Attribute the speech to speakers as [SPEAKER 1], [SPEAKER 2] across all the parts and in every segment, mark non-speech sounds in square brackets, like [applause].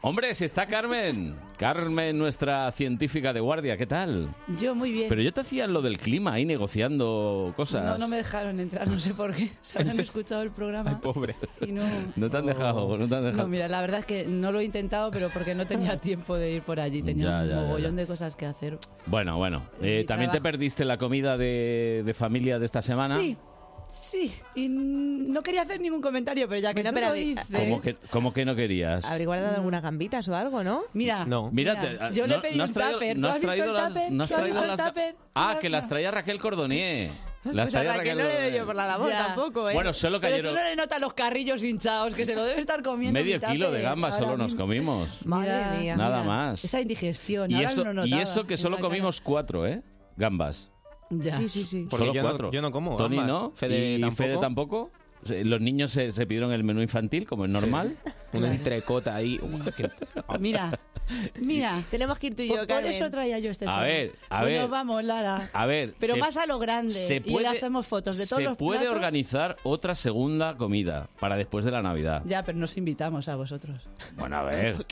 [SPEAKER 1] Hombre, si está Carmen. Carmen, nuestra científica de guardia, ¿qué tal?
[SPEAKER 2] Yo muy bien.
[SPEAKER 1] Pero yo te hacía lo del clima ahí negociando cosas.
[SPEAKER 2] No, no me dejaron entrar, no sé por qué. [laughs]
[SPEAKER 1] [laughs]
[SPEAKER 2] Se habrán escuchado el programa
[SPEAKER 1] Pobre.
[SPEAKER 2] y no...
[SPEAKER 1] [laughs] No te han dejado, no te han dejado.
[SPEAKER 2] No, mira, la verdad es que no lo he intentado, pero porque
[SPEAKER 1] [laughs]
[SPEAKER 2] no tenía tiempo de ir por allí. Tenía
[SPEAKER 1] Ya,
[SPEAKER 2] un
[SPEAKER 1] ya, ya,
[SPEAKER 2] mogollón de cosas que hacer.
[SPEAKER 1] Bueno, bueno. Eh,
[SPEAKER 2] Y
[SPEAKER 1] también te
[SPEAKER 2] trabajo.
[SPEAKER 1] perdiste la comida de, de familia de esta semana.
[SPEAKER 2] Sí, sí. Y n- no quería hacer ningún comentario, pero ya que
[SPEAKER 3] Bueno,
[SPEAKER 2] tú
[SPEAKER 3] pero
[SPEAKER 2] lo
[SPEAKER 3] abri-
[SPEAKER 2] dices...
[SPEAKER 1] ¿Cómo que, cómo que no querías?
[SPEAKER 3] Habré guardado algunas gambitas o algo, ¿no?
[SPEAKER 2] Mira,
[SPEAKER 1] Mira,
[SPEAKER 2] mira,
[SPEAKER 1] te-
[SPEAKER 2] yo le
[SPEAKER 1] no-
[SPEAKER 2] pedí
[SPEAKER 1] no has
[SPEAKER 2] un
[SPEAKER 1] traído-
[SPEAKER 2] tupper.
[SPEAKER 1] no
[SPEAKER 2] ¿Tú
[SPEAKER 1] has
[SPEAKER 2] has visto
[SPEAKER 1] traído
[SPEAKER 2] el
[SPEAKER 1] las-
[SPEAKER 2] tupper?
[SPEAKER 1] no has
[SPEAKER 2] ¿Tú has
[SPEAKER 1] traído
[SPEAKER 2] visto el
[SPEAKER 1] las ga-
[SPEAKER 2] tupper?
[SPEAKER 1] Ah, que las traía Raquel
[SPEAKER 2] [laughs]
[SPEAKER 1] Cordonier. Las
[SPEAKER 3] Pues a
[SPEAKER 1] traía
[SPEAKER 3] Raquel no le doy yo por la labor
[SPEAKER 2] Ya.
[SPEAKER 3] tampoco, ¿eh?
[SPEAKER 1] Bueno, solo
[SPEAKER 2] Pero tú
[SPEAKER 1] cayeron
[SPEAKER 2] no le notas los carrillos hinchados, que se lo debe estar comiendo.
[SPEAKER 1] medio
[SPEAKER 2] mi tupper
[SPEAKER 1] kilo de gambas,
[SPEAKER 2] ahora
[SPEAKER 1] solo nos
[SPEAKER 2] mismo.
[SPEAKER 1] comimos.
[SPEAKER 3] Madre
[SPEAKER 2] Mira,
[SPEAKER 3] mía.
[SPEAKER 1] Nada más.
[SPEAKER 2] Esa indigestión.
[SPEAKER 1] Y
[SPEAKER 2] Pues ahora
[SPEAKER 1] eso,
[SPEAKER 2] no lo
[SPEAKER 1] y
[SPEAKER 2] notaba
[SPEAKER 1] eso que
[SPEAKER 2] en
[SPEAKER 1] solo
[SPEAKER 2] la cara.
[SPEAKER 1] comimos cuatro, ¿eh? Gambas. [laughs]
[SPEAKER 2] Ya.
[SPEAKER 3] Sí, sí, sí.
[SPEAKER 4] Porque
[SPEAKER 1] solo
[SPEAKER 4] yo no-
[SPEAKER 1] cuatro.
[SPEAKER 4] yo no como
[SPEAKER 1] Tony
[SPEAKER 4] gambas.
[SPEAKER 1] no.
[SPEAKER 4] Fede
[SPEAKER 1] y
[SPEAKER 4] tampoco.
[SPEAKER 1] Fede tampoco. Se- Los niños se, se pidieron el menú infantil, como es normal.
[SPEAKER 4] Una entrecota ahí. Uah,
[SPEAKER 2] [laughs]
[SPEAKER 4] que-
[SPEAKER 2] Mira, mira.
[SPEAKER 3] Tenemos que ir tú y
[SPEAKER 2] Por,
[SPEAKER 3] yo,
[SPEAKER 2] por
[SPEAKER 3] Carmen.
[SPEAKER 2] eso traía yo este
[SPEAKER 1] A
[SPEAKER 2] tema.
[SPEAKER 1] ver, a
[SPEAKER 2] Bueno,
[SPEAKER 1] ver.
[SPEAKER 2] vamos, Lara.
[SPEAKER 1] A ver.
[SPEAKER 2] [laughs] Pero
[SPEAKER 1] se-
[SPEAKER 2] más a lo grande.
[SPEAKER 1] se puede,
[SPEAKER 2] y le hacemos fotos de todos
[SPEAKER 1] se
[SPEAKER 2] los
[SPEAKER 1] puede
[SPEAKER 2] platos.
[SPEAKER 1] organizar otra segunda comida para después de la Navidad.
[SPEAKER 2] Ya, pero nos invitamos a vosotros.
[SPEAKER 1] Bueno, a
[SPEAKER 2] [laughs]
[SPEAKER 1] ver.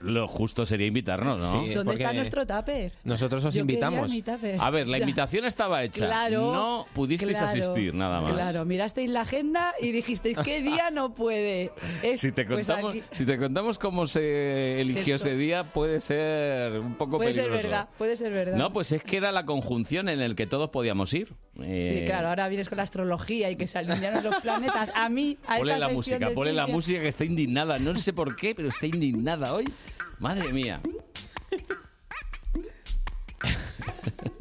[SPEAKER 1] Lo justo sería invitarnos, ¿no?
[SPEAKER 4] Sí,
[SPEAKER 2] ¿Dónde
[SPEAKER 4] porque
[SPEAKER 2] está nuestro tupper?
[SPEAKER 4] Nosotros os
[SPEAKER 2] Yo quería
[SPEAKER 4] invitamos.
[SPEAKER 2] mi tupper.
[SPEAKER 1] A ver, la
[SPEAKER 2] [laughs] Ya.
[SPEAKER 1] invitación estaba hecha.
[SPEAKER 2] Claro.
[SPEAKER 1] no pudisteis
[SPEAKER 2] claro,
[SPEAKER 1] asistir, nada más.
[SPEAKER 2] Claro, mirasteis la agenda y dijisteis, ¿qué día no puede? Es-
[SPEAKER 1] [laughs] Si te,
[SPEAKER 2] [laughs] pues
[SPEAKER 1] contamos,
[SPEAKER 2] aquí-
[SPEAKER 1] si te contamos cómo se eligió
[SPEAKER 2] Esto.
[SPEAKER 1] ese día, puede ser un poco
[SPEAKER 2] puede ser
[SPEAKER 1] peligroso.
[SPEAKER 2] verdad, puede ser verdad.
[SPEAKER 1] No, pues es que era la conjunción en el que todos podíamos ir.
[SPEAKER 2] Sí,
[SPEAKER 1] Eh,
[SPEAKER 2] claro, ahora vienes con la astrología y que se alinearon los planetas. A mí, a
[SPEAKER 1] Ponle
[SPEAKER 2] esta
[SPEAKER 1] la
[SPEAKER 2] sección
[SPEAKER 1] música,
[SPEAKER 2] de
[SPEAKER 1] ponle la
[SPEAKER 2] ciencia-
[SPEAKER 1] música que está indignada. No sé por qué, pero está indignada hoy. Madre mía. [laughs]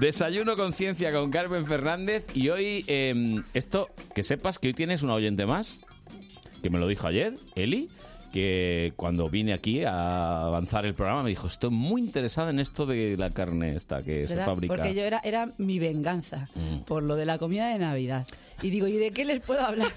[SPEAKER 1] Desayuno con ciencia con Carmen Fernández y hoy eh, esto que sepas que hoy tienes un oyente más que me lo dijo ayer Eli que cuando vine aquí a avanzar el programa me dijo estoy muy interesada en esto de la carne esta que se
[SPEAKER 2] ¿Verdad?
[SPEAKER 1] fabrica Mm.
[SPEAKER 2] Porque yo era, era mi venganza por lo de la comida de Navidad. Y digo, ¿y de qué les
[SPEAKER 1] [laughs]
[SPEAKER 2] puedo hablar?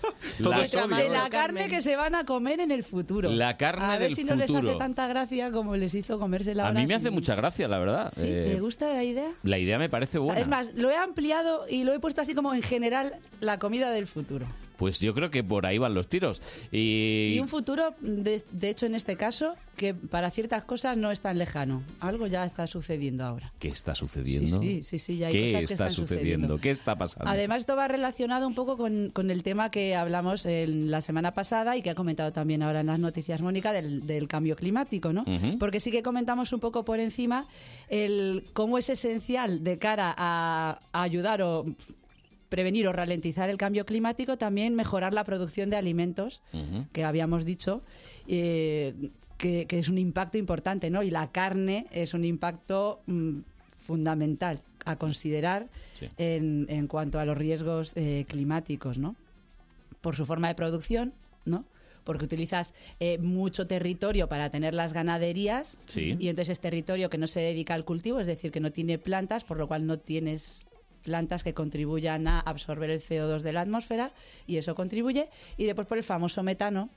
[SPEAKER 1] Todo
[SPEAKER 2] Pues
[SPEAKER 1] es obvio.
[SPEAKER 2] de la
[SPEAKER 3] Carmen.
[SPEAKER 2] carne que se van a comer en el futuro.
[SPEAKER 1] La carne
[SPEAKER 2] a ver
[SPEAKER 1] del
[SPEAKER 2] si no les
[SPEAKER 1] futuro.
[SPEAKER 2] hace tanta gracia como les hizo comérsela
[SPEAKER 1] a
[SPEAKER 2] ahora
[SPEAKER 1] mí me hace
[SPEAKER 2] sin-
[SPEAKER 1] mucha gracia la verdad
[SPEAKER 2] ¿Sí?
[SPEAKER 1] Eh,
[SPEAKER 2] ¿Te gusta la idea?
[SPEAKER 1] la idea me parece
[SPEAKER 2] O sea,
[SPEAKER 1] buena
[SPEAKER 2] es más, lo he ampliado y lo he puesto así como en general la comida del futuro.
[SPEAKER 1] Pues yo creo que por ahí van los tiros. Y,
[SPEAKER 2] Y un futuro, de, de hecho, en este caso, que para ciertas cosas no es tan lejano. Algo ya está sucediendo ahora.
[SPEAKER 1] ¿Qué está
[SPEAKER 2] Sí,
[SPEAKER 1] sucediendo?
[SPEAKER 2] sí, sí, sí, ya hay
[SPEAKER 1] ¿Qué
[SPEAKER 2] cosas que
[SPEAKER 1] está
[SPEAKER 2] están
[SPEAKER 1] sucediendo? ¿Qué está pasando?
[SPEAKER 2] Además, esto va relacionado un poco con, con el tema que hablamos en la semana pasada y que ha comentado también ahora en las noticias Mónica del, del cambio climático, ¿no?
[SPEAKER 1] Ujú.
[SPEAKER 2] Porque sí que comentamos un poco por encima el cómo es esencial de cara a, a ayudar o prevenir o ralentizar el cambio climático, también mejorar la producción de alimentos,
[SPEAKER 1] Ujú.
[SPEAKER 2] que habíamos dicho, eh, que, que es un impacto importante, ¿no? Y la carne es un impacto mm, fundamental a considerar
[SPEAKER 1] Sí.
[SPEAKER 2] en, en cuanto a los riesgos eh, climáticos, ¿no? Por su forma de producción, ¿no? Porque utilizas eh, mucho territorio para tener las ganaderías
[SPEAKER 1] Sí.
[SPEAKER 2] y entonces es territorio que no se dedica al cultivo, es decir, que no tiene plantas, por lo cual no tienes plantas que contribuyan a absorber el CO2 de la atmósfera y eso contribuye. Y después por el famoso metano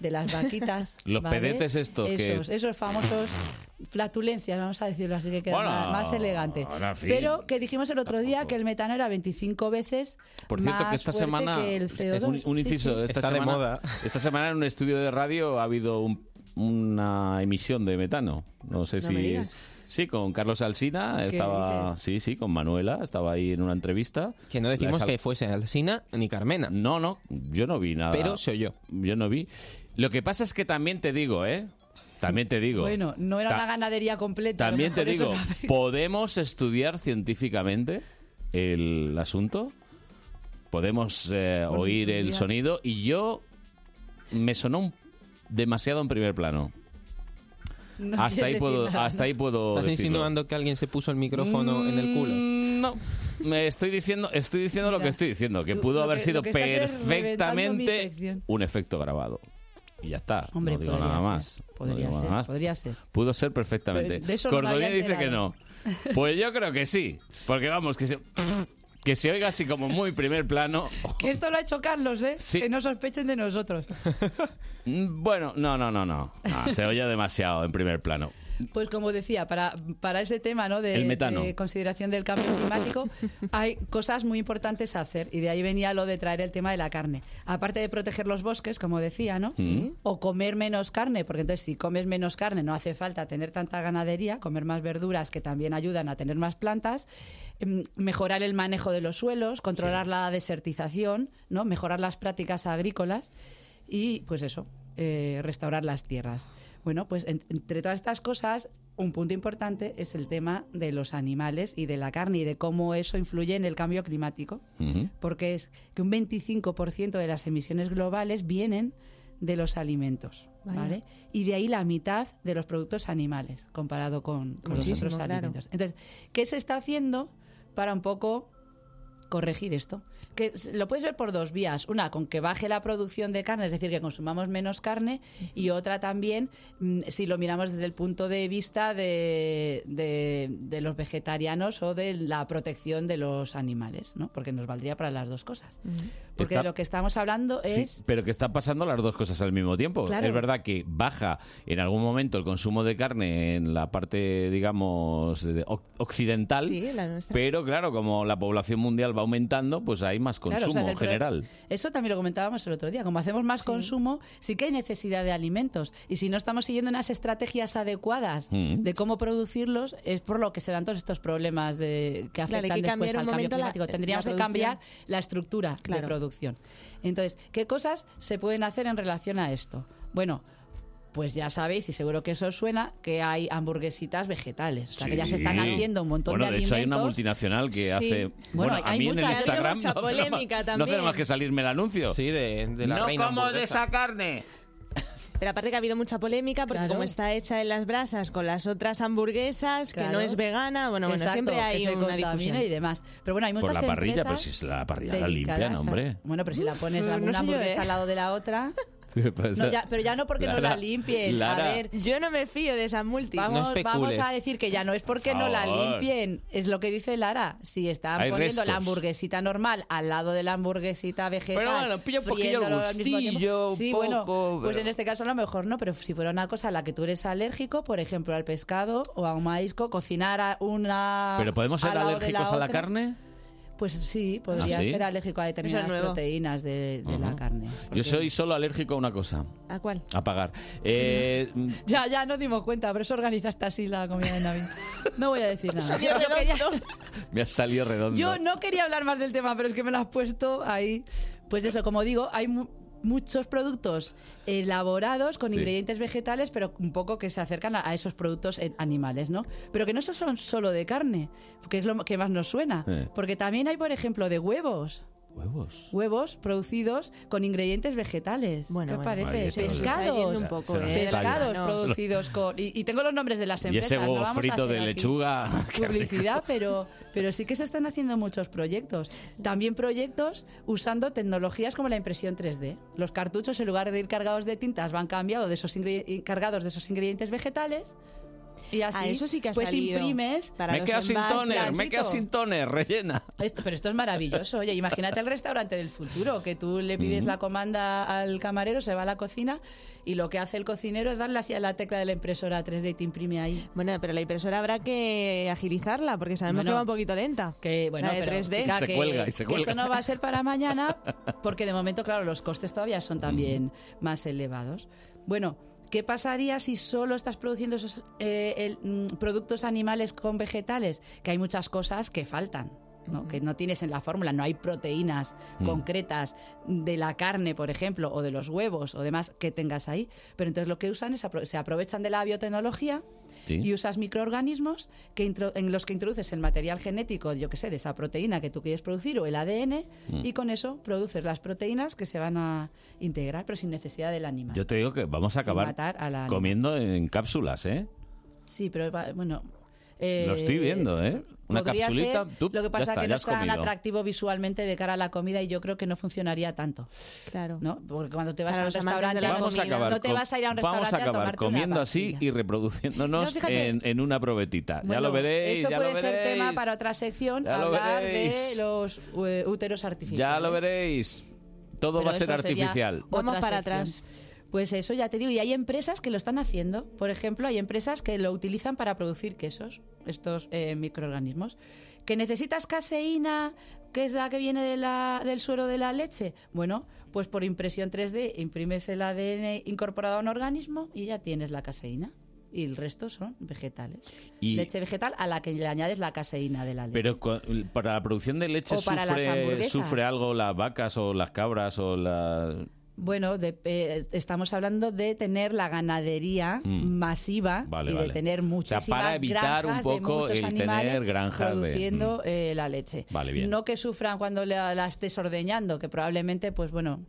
[SPEAKER 2] de las vaquitas.
[SPEAKER 1] [laughs] Los pedetes estos que-
[SPEAKER 2] Esos, esos famosos flatulencias, vamos a decirlo así que queda
[SPEAKER 1] Bueno,
[SPEAKER 2] más, más elegante.
[SPEAKER 1] ahora en fin.
[SPEAKER 2] Pero que dijimos el otro día
[SPEAKER 1] Tampoco.
[SPEAKER 2] que el metano era 25 veces
[SPEAKER 1] Por cierto,
[SPEAKER 2] más
[SPEAKER 1] que esta
[SPEAKER 2] fuerte
[SPEAKER 1] semana.
[SPEAKER 2] que el CO2.
[SPEAKER 1] Un, un
[SPEAKER 2] Sí,
[SPEAKER 1] inciso.
[SPEAKER 2] sí.
[SPEAKER 1] Esta
[SPEAKER 4] Está de
[SPEAKER 1] semana,
[SPEAKER 4] moda.
[SPEAKER 1] Esta semana en un estudio de radio ha habido un- una emisión de metano. No sé
[SPEAKER 3] No
[SPEAKER 1] si.
[SPEAKER 3] me digas.
[SPEAKER 1] Sí, con Carlos Alsina,
[SPEAKER 2] ¿Qué
[SPEAKER 1] estaba,
[SPEAKER 2] dices?
[SPEAKER 1] sí, sí, con Manuela, estaba ahí en una entrevista.
[SPEAKER 4] Que no decimos
[SPEAKER 1] La sal-
[SPEAKER 4] que fuese Alsina ni Carmena.
[SPEAKER 1] No, no, yo no vi nada.
[SPEAKER 4] Pero soy yo.
[SPEAKER 1] Yo no vi. Lo que pasa es que también te digo, ¿eh? También te digo.
[SPEAKER 2] Bueno, no era
[SPEAKER 1] Ta-
[SPEAKER 2] una ganadería completa. a lo
[SPEAKER 1] También te
[SPEAKER 2] mejor eso
[SPEAKER 1] digo,
[SPEAKER 2] me afecta.
[SPEAKER 1] ¿podemos estudiar científicamente el asunto? Podemos eh,
[SPEAKER 2] Bueno,
[SPEAKER 1] oír el
[SPEAKER 2] mira.
[SPEAKER 1] sonido y yo me sonó un- demasiado en primer plano.
[SPEAKER 2] [laughs] No
[SPEAKER 1] hasta
[SPEAKER 2] quieres
[SPEAKER 1] ahí
[SPEAKER 2] decir
[SPEAKER 1] puedo,
[SPEAKER 2] nada,
[SPEAKER 1] hasta
[SPEAKER 2] ¿no?
[SPEAKER 1] ahí puedo.
[SPEAKER 4] ¿Estás
[SPEAKER 1] decirlo.
[SPEAKER 4] insinuando que alguien se puso el micrófono en el culo?
[SPEAKER 1] Mm, No, me estoy diciendo, estoy diciendo lo
[SPEAKER 2] Mira,
[SPEAKER 1] que estoy diciendo, que
[SPEAKER 2] tú-
[SPEAKER 1] pudo
[SPEAKER 2] lo
[SPEAKER 1] haber
[SPEAKER 2] que-
[SPEAKER 1] sido
[SPEAKER 2] lo que estás es reventando mi
[SPEAKER 1] perfectamente
[SPEAKER 2] sección.
[SPEAKER 1] un efecto grabado. Y ya está,
[SPEAKER 2] Hombre,
[SPEAKER 1] no digo
[SPEAKER 2] podría
[SPEAKER 1] nada
[SPEAKER 2] ser,
[SPEAKER 1] más. no
[SPEAKER 2] Podría
[SPEAKER 1] digo
[SPEAKER 2] ser,
[SPEAKER 1] nada más.
[SPEAKER 2] podría ser.
[SPEAKER 1] Pudo ser perfectamente.
[SPEAKER 2] Pero de eso no me
[SPEAKER 1] Cordonier
[SPEAKER 2] había
[SPEAKER 1] dice que
[SPEAKER 2] enterado.
[SPEAKER 1] no. Pues yo creo que sí. Porque vamos, que se, que se oiga así como muy primer plano. [laughs]
[SPEAKER 2] Que esto lo ha hecho Carlos, ¿eh?
[SPEAKER 1] Sí.
[SPEAKER 2] Que no sospechen de nosotros.
[SPEAKER 1] Mm, Bueno, no, no, no, no. No, se oye demasiado en primer plano.
[SPEAKER 2] Pues como decía, para, para ese tema ¿no? de,
[SPEAKER 1] El metano.
[SPEAKER 2] de consideración del cambio climático, hay cosas muy importantes a hacer y de ahí venía lo de traer el tema de la carne. Aparte de proteger los bosques, como decía, ¿no?
[SPEAKER 1] Sí.
[SPEAKER 2] O comer menos carne, porque entonces si comes menos carne no hace falta tener tanta ganadería, comer más verduras que también ayudan a tener más plantas, em, mejorar el manejo de los suelos, controlar la desertización, ¿no? Mejorar las prácticas agrícolas y pues eso, eh, restaurar las tierras. Bueno, pues en- entre todas estas cosas, un punto importante es el tema de los animales y de la carne y de cómo eso influye en el cambio climático,
[SPEAKER 1] Ujú.
[SPEAKER 2] porque es que un 25% de las emisiones globales vienen de los alimentos,
[SPEAKER 3] Vaya.
[SPEAKER 2] ¿vale? Y de ahí la mitad de los productos animales comparado con, con los
[SPEAKER 3] Muchísimo,
[SPEAKER 2] otros
[SPEAKER 3] claro.
[SPEAKER 2] alimentos. Entonces, ¿qué se está haciendo para un poco corregir esto. Que s- lo puedes ver por dos vías. Una, con que baje la producción de carne, es decir, que consumamos menos carne. Y otra también, mm, si lo miramos desde el punto de vista de, de- de los vegetarianos o de la protección de los animales, ¿no? Porque nos valdría para las dos cosas. Porque
[SPEAKER 1] Está-
[SPEAKER 2] de lo que estamos hablando
[SPEAKER 1] Sí,
[SPEAKER 2] es...
[SPEAKER 1] pero que está pasando las dos cosas al mismo tiempo.
[SPEAKER 2] Claro.
[SPEAKER 1] Es verdad que baja en algún momento el consumo de carne en la parte, digamos, de- oc- occidental.
[SPEAKER 3] Sí, la nuestra.
[SPEAKER 1] Pero claro, como la población mundial va aumentando, pues hay más consumo
[SPEAKER 2] Claro, o sea,
[SPEAKER 1] en
[SPEAKER 2] el pro-
[SPEAKER 1] general.
[SPEAKER 2] Eso también lo comentábamos el otro día. Como hacemos más consumo, sí que hay necesidad de alimentos. Y si no estamos siguiendo unas estrategias adecuadas
[SPEAKER 1] Mm.
[SPEAKER 2] de cómo producirlos, es por lo que se dan todos estos problemas de, que
[SPEAKER 3] Claro, hay
[SPEAKER 2] afectan
[SPEAKER 3] que cambiar
[SPEAKER 2] después
[SPEAKER 3] un
[SPEAKER 2] al cambio
[SPEAKER 3] momento la-
[SPEAKER 2] climático.
[SPEAKER 3] la
[SPEAKER 2] Tendríamos que
[SPEAKER 3] producción.
[SPEAKER 2] cambiar la estructura
[SPEAKER 3] Claro.
[SPEAKER 2] de producción. Entonces, ¿qué cosas se pueden hacer en relación a esto? Bueno, pues ya sabéis, y seguro que eso os suena, que hay hamburguesitas vegetales. O sea, que ya se están
[SPEAKER 1] Sí.
[SPEAKER 2] haciendo un montón
[SPEAKER 1] Bueno,
[SPEAKER 2] de
[SPEAKER 1] de
[SPEAKER 2] alimentos.
[SPEAKER 1] hecho hay una multinacional que
[SPEAKER 2] Sí.
[SPEAKER 1] hace...
[SPEAKER 2] Bueno, hay
[SPEAKER 1] a mí en
[SPEAKER 2] muchas,
[SPEAKER 1] el
[SPEAKER 2] ha habido
[SPEAKER 1] Instagram
[SPEAKER 3] mucha
[SPEAKER 1] no hace nada más-
[SPEAKER 3] polémica
[SPEAKER 1] no hace nada
[SPEAKER 3] también.
[SPEAKER 1] más que salirme el anuncio.
[SPEAKER 4] Sí, de, de la reina hamburguesa.
[SPEAKER 1] carne.
[SPEAKER 3] Pero aparte que ha habido mucha polémica porque
[SPEAKER 2] Claro.
[SPEAKER 3] como está hecha en las brasas con las otras hamburguesas, que
[SPEAKER 2] Claro.
[SPEAKER 3] no es vegana, bueno, bueno,
[SPEAKER 2] Exacto,
[SPEAKER 3] siempre
[SPEAKER 2] que
[SPEAKER 3] hay
[SPEAKER 2] se
[SPEAKER 3] una
[SPEAKER 2] contamina
[SPEAKER 3] discusión.
[SPEAKER 2] y demás. Pero bueno, hay muchas
[SPEAKER 1] Por la parrilla,
[SPEAKER 2] empresas
[SPEAKER 1] pues si es la parrilla la
[SPEAKER 2] dedicadas
[SPEAKER 1] limpian,
[SPEAKER 2] a- [laughs]
[SPEAKER 1] hombre.
[SPEAKER 2] Bueno, pero si la pones
[SPEAKER 3] Uf,
[SPEAKER 2] la
[SPEAKER 3] [laughs] no
[SPEAKER 2] una
[SPEAKER 3] sé yo,
[SPEAKER 2] hamburguesa
[SPEAKER 3] ¿eh?
[SPEAKER 2] al lado de la
[SPEAKER 1] [laughs]
[SPEAKER 2] otra...
[SPEAKER 1] ¿Qué pasa?
[SPEAKER 2] No, ya- pero ya no porque no
[SPEAKER 1] Lara,
[SPEAKER 2] la limpien.
[SPEAKER 1] Lara.
[SPEAKER 2] A ver,
[SPEAKER 3] Yo no me fío de esas multis.
[SPEAKER 2] vamos, vamos
[SPEAKER 4] especules.
[SPEAKER 2] a decir que ya no es porque no la
[SPEAKER 1] Por favor.
[SPEAKER 2] limpien. Es lo que dice Lara. Si están
[SPEAKER 1] Hay
[SPEAKER 2] poniendo la
[SPEAKER 1] restos.
[SPEAKER 2] hamburguesita normal al lado de la hamburguesita vegetal...
[SPEAKER 1] Pero bueno, pilla un poquillo el
[SPEAKER 2] friéndolo al mismo tiempo.
[SPEAKER 1] gustillo, un
[SPEAKER 2] Sí,
[SPEAKER 1] poco,
[SPEAKER 2] bueno, pues
[SPEAKER 1] pero-
[SPEAKER 2] en este caso a lo mejor no, pero si fuera una cosa a la que tú eres alérgico, por ejemplo, al pescado o a un marisco, cocinar a una...
[SPEAKER 1] ¿Pero podemos ser
[SPEAKER 2] al lado de
[SPEAKER 1] alérgicos a la
[SPEAKER 2] otra.
[SPEAKER 1] carne?
[SPEAKER 2] Pues sí, podría
[SPEAKER 1] ¿Ah, sí?
[SPEAKER 2] ser alérgico a determinadas
[SPEAKER 3] nuevo.
[SPEAKER 2] proteínas de, de
[SPEAKER 1] Ajá.
[SPEAKER 2] la carne.
[SPEAKER 1] Yo
[SPEAKER 2] Porque-
[SPEAKER 1] soy solo alérgico a una cosa,
[SPEAKER 3] ¿A cuál?
[SPEAKER 1] a pagar. Eh,
[SPEAKER 2] Ya, ya, no dimos cuenta, pero eso organizaste así la comida de Navidad. No voy a decir nada. Yo no, quería,
[SPEAKER 1] me has salido redondo.
[SPEAKER 2] yo no quería hablar más del tema, pero es que me lo has puesto ahí. Pues eso, como digo, hay mu- muchos productos elaborados con
[SPEAKER 1] Sí.
[SPEAKER 2] ingredientes vegetales, pero un poco que se acercan a, a esos productos eh, animales, ¿no? Pero que no son solo de carne, que es lo que más nos suena.
[SPEAKER 1] Eh.
[SPEAKER 2] Porque también hay, por ejemplo, de huevos.
[SPEAKER 1] Huevos.
[SPEAKER 2] huevos producidos con ingredientes vegetales.
[SPEAKER 3] Bueno,
[SPEAKER 2] ¿Qué os
[SPEAKER 3] bueno,
[SPEAKER 1] Madre,
[SPEAKER 2] parece?
[SPEAKER 1] esto nos está
[SPEAKER 3] yendo
[SPEAKER 2] Pescados.
[SPEAKER 3] un poco,
[SPEAKER 1] Se nos
[SPEAKER 3] ¿eh?
[SPEAKER 1] está
[SPEAKER 2] Pescados
[SPEAKER 3] No.
[SPEAKER 2] producidos con... Y, y tengo los nombres de las
[SPEAKER 1] Y
[SPEAKER 2] empresas.
[SPEAKER 1] ese
[SPEAKER 2] no
[SPEAKER 1] huevo
[SPEAKER 2] vamos a
[SPEAKER 1] frito
[SPEAKER 2] hacer
[SPEAKER 1] de
[SPEAKER 2] aquí
[SPEAKER 1] lechuga. [laughs] qué rico.
[SPEAKER 2] Publicidad, pero, pero sí que se están haciendo muchos proyectos. También proyectos usando tecnologías como la impresión 3D. Los cartuchos, en lugar de ir cargados de tintas, van cambiados de esos ingre- cargados de esos ingredientes vegetales. Y así
[SPEAKER 3] A Ah, eso sí que ha
[SPEAKER 2] pues
[SPEAKER 3] salido.
[SPEAKER 2] imprimes
[SPEAKER 3] Para
[SPEAKER 1] Me he
[SPEAKER 3] los
[SPEAKER 1] quedado sin
[SPEAKER 3] envases.
[SPEAKER 1] toner, me he
[SPEAKER 2] Blanquito.
[SPEAKER 1] quedado sin toner, rellena.
[SPEAKER 2] esto, pero esto es maravilloso. Oye, imagínate el restaurante del futuro, que tú le pides la comanda al camarero, se va a la cocina y lo que hace el cocinero es darle así a la tecla de la impresora 3D y te imprime ahí.
[SPEAKER 3] Bueno, pero la impresora habrá que agilizarla porque sabemos
[SPEAKER 2] Bueno.
[SPEAKER 3] que va un poquito lenta.
[SPEAKER 2] Que bueno,
[SPEAKER 3] La de
[SPEAKER 2] pero
[SPEAKER 3] 3D.
[SPEAKER 2] chica,
[SPEAKER 1] Se
[SPEAKER 2] que-
[SPEAKER 1] cuelga, y se
[SPEAKER 2] que
[SPEAKER 1] cuelga.
[SPEAKER 2] esto no va a ser
[SPEAKER 1] [laughs]
[SPEAKER 2] para mañana, porque de momento, claro, los costes todavía son también más elevados. Bueno, ¿qué pasaría si solo estás produciendo esos eh, el- mm, productos animales con vegetales? Que hay muchas cosas que faltan. ¿no? que no tienes en la fórmula, no hay proteínas
[SPEAKER 1] Mm.
[SPEAKER 2] concretas de la carne, por ejemplo, o de los huevos o demás que tengas ahí. Pero entonces lo que usan es apro- se aprovechan de la biotecnología y
[SPEAKER 1] Sí.
[SPEAKER 2] usas microorganismos que intro- en los que introduces el material genético, yo que sé, de esa proteína que tú quieres producir o el ADN
[SPEAKER 1] Mm.
[SPEAKER 2] y con eso produces las proteínas que se van a integrar pero sin necesidad del animal.
[SPEAKER 1] Yo te digo que vamos a
[SPEAKER 2] Sin
[SPEAKER 1] acabar
[SPEAKER 2] matar al animal.
[SPEAKER 1] comiendo en cápsulas, ¿eh?
[SPEAKER 2] Sí, pero va- bueno... eh,
[SPEAKER 1] Lo estoy viendo, ¿eh? Una
[SPEAKER 2] podría
[SPEAKER 1] capsulita,
[SPEAKER 2] ser,
[SPEAKER 1] tú,
[SPEAKER 2] lo que
[SPEAKER 1] ya
[SPEAKER 2] pasa
[SPEAKER 1] está,
[SPEAKER 2] que
[SPEAKER 1] ya
[SPEAKER 2] no
[SPEAKER 1] has
[SPEAKER 2] es tan
[SPEAKER 1] comido.
[SPEAKER 2] atractivo visualmente de cara a la comida y yo creo que no funcionaría tanto,
[SPEAKER 3] Claro.
[SPEAKER 2] ¿no? Porque cuando te vas
[SPEAKER 3] Para
[SPEAKER 2] a un
[SPEAKER 3] los amantes de
[SPEAKER 2] restaurante
[SPEAKER 3] la
[SPEAKER 2] no-
[SPEAKER 1] Vamos a
[SPEAKER 3] comida.
[SPEAKER 1] acabar,
[SPEAKER 2] no te
[SPEAKER 1] com-
[SPEAKER 2] vas a ir a un restaurante
[SPEAKER 1] vamos a acabar
[SPEAKER 2] tomarte una
[SPEAKER 1] comiendo así
[SPEAKER 2] pastilla.
[SPEAKER 1] y reproduciéndonos
[SPEAKER 2] No, fíjate.
[SPEAKER 1] en, en una probetita. ya
[SPEAKER 2] Bueno,
[SPEAKER 1] lo veréis,
[SPEAKER 2] Eso
[SPEAKER 1] ya
[SPEAKER 2] puede
[SPEAKER 1] lo veréis.
[SPEAKER 2] ser tema para otra sección,
[SPEAKER 1] Ya lo
[SPEAKER 2] hablar de
[SPEAKER 1] veréis.
[SPEAKER 2] los eh, úteros artificiales.
[SPEAKER 1] Ya lo veréis. Todo
[SPEAKER 2] Pero
[SPEAKER 1] va a ser
[SPEAKER 2] eso sería
[SPEAKER 1] artificial.
[SPEAKER 2] otra
[SPEAKER 3] Vamos para
[SPEAKER 2] sección.
[SPEAKER 3] atrás.
[SPEAKER 2] Pues eso ya te digo, y hay empresas que lo están haciendo. Por ejemplo, hay empresas que lo utilizan para producir quesos, estos eh, microorganismos. ¿Que necesitas caseína, que es la que viene de la- del suero de la leche? Bueno, pues por impresión 3D imprimes el ADN incorporado a un organismo y ya tienes la caseína. Y el resto son vegetales.
[SPEAKER 1] Y-
[SPEAKER 2] Leche vegetal a la que le añades la caseína de la leche.
[SPEAKER 1] Pero cu- para la producción de leche
[SPEAKER 2] O para las
[SPEAKER 1] sufre,
[SPEAKER 2] hamburguesas.
[SPEAKER 1] sufre algo las vacas o las cabras o las...
[SPEAKER 2] Bueno, de- eh, estamos hablando de tener la ganadería
[SPEAKER 1] Mm.
[SPEAKER 2] masiva
[SPEAKER 1] Vale,
[SPEAKER 2] y
[SPEAKER 1] vale.
[SPEAKER 2] de tener muchísimas
[SPEAKER 1] para evitar
[SPEAKER 2] granjas
[SPEAKER 1] un poco
[SPEAKER 2] de muchos
[SPEAKER 1] el
[SPEAKER 2] animales
[SPEAKER 1] tener granjas de- mm.
[SPEAKER 2] produciendo eh, la leche.
[SPEAKER 1] Vale, bien.
[SPEAKER 2] No que sufran cuando la, la estés ordeñando, que probablemente, pues bueno,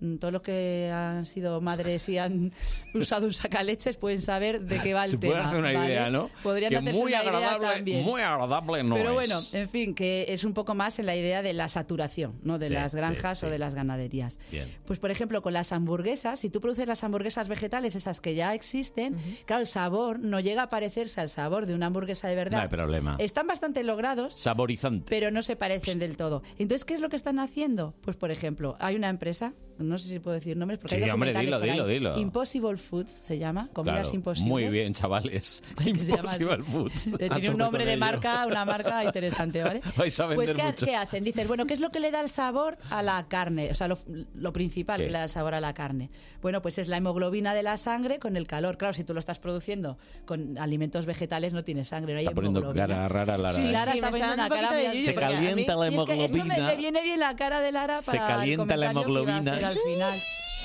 [SPEAKER 2] mm, todos los que han sido madres
[SPEAKER 1] [laughs]
[SPEAKER 2] y han usado un sacaleches pueden saber de qué va el
[SPEAKER 1] Se
[SPEAKER 2] tema.
[SPEAKER 1] puede hacer una
[SPEAKER 2] ¿vale?
[SPEAKER 1] idea, ¿no?
[SPEAKER 2] Podrían
[SPEAKER 1] que
[SPEAKER 2] hacerse
[SPEAKER 1] muy
[SPEAKER 2] una idea
[SPEAKER 1] agradable,
[SPEAKER 2] también.
[SPEAKER 1] muy agradable no
[SPEAKER 2] Pero
[SPEAKER 1] es.
[SPEAKER 2] bueno, eh, en fin, que es un poco más en la idea de la saturación, ¿no? De
[SPEAKER 1] Sí,
[SPEAKER 2] las
[SPEAKER 1] sí,
[SPEAKER 2] granjas
[SPEAKER 1] sí.
[SPEAKER 2] o de las ganaderías.
[SPEAKER 1] Bien.
[SPEAKER 2] Pues por ejemplo, con las hamburguesas, si tú produces las hamburguesas vegetales, esas que ya existen, claro, el sabor no llega a parecerse al sabor de una hamburguesa de verdad.
[SPEAKER 1] No hay problema.
[SPEAKER 2] Están bastante logrados,
[SPEAKER 1] Saborizante.
[SPEAKER 2] pero no se parecen del todo. Entonces, ¿qué es lo que están haciendo? Pues por ejemplo, hay una empresa, no sé si puedo decir nombres, porque
[SPEAKER 1] Sí,
[SPEAKER 2] hay
[SPEAKER 1] hombre,
[SPEAKER 2] documentales
[SPEAKER 1] dilo,
[SPEAKER 2] por ahí.
[SPEAKER 1] dilo, dilo.
[SPEAKER 2] Impossible Foods se llama, comidas
[SPEAKER 1] Claro,
[SPEAKER 2] imposibles.
[SPEAKER 1] Muy bien,
[SPEAKER 2] [laughs]
[SPEAKER 1] chavales.
[SPEAKER 2] se llama así.
[SPEAKER 1] Impossible Food.
[SPEAKER 2] Eh,
[SPEAKER 1] [laughs] A
[SPEAKER 2] tiene un
[SPEAKER 1] tope
[SPEAKER 2] nombre
[SPEAKER 1] con
[SPEAKER 2] de
[SPEAKER 1] ello.
[SPEAKER 2] marca, una marca interesante, ¿vale?
[SPEAKER 1] [laughs] Vais a
[SPEAKER 2] pues
[SPEAKER 1] vender
[SPEAKER 2] ¿qué, ha-
[SPEAKER 1] mucho.
[SPEAKER 2] qué hacen? Dices, bueno, ¿qué es lo que le da el sabor a la carne? O sea, lo, lo principal
[SPEAKER 1] ¿Qué?
[SPEAKER 2] que le da el sabor a la carne. Bueno, pues es la hemoglobina de la sangre con el calor. Claro, si tú lo estás produciendo con alimentos vegetales no tienes sangre, no hay
[SPEAKER 1] Está poniendo
[SPEAKER 2] hemoglobina.
[SPEAKER 1] cara rara Lara.
[SPEAKER 2] Sí,
[SPEAKER 1] ¿eh?
[SPEAKER 2] Lara
[SPEAKER 3] Sí,
[SPEAKER 2] está
[SPEAKER 3] me
[SPEAKER 2] poniendo una
[SPEAKER 3] está dando un
[SPEAKER 2] cara
[SPEAKER 3] poquito de
[SPEAKER 2] muy
[SPEAKER 3] yuyu
[SPEAKER 1] Se
[SPEAKER 3] porque a mí-
[SPEAKER 1] calienta la
[SPEAKER 2] y es que esto me,
[SPEAKER 1] hemoglobina.
[SPEAKER 2] me viene bien la cara de Lara para
[SPEAKER 1] Se
[SPEAKER 2] el
[SPEAKER 1] calienta la
[SPEAKER 2] comentario que iba a hacer
[SPEAKER 1] hemoglobina.
[SPEAKER 2] al final.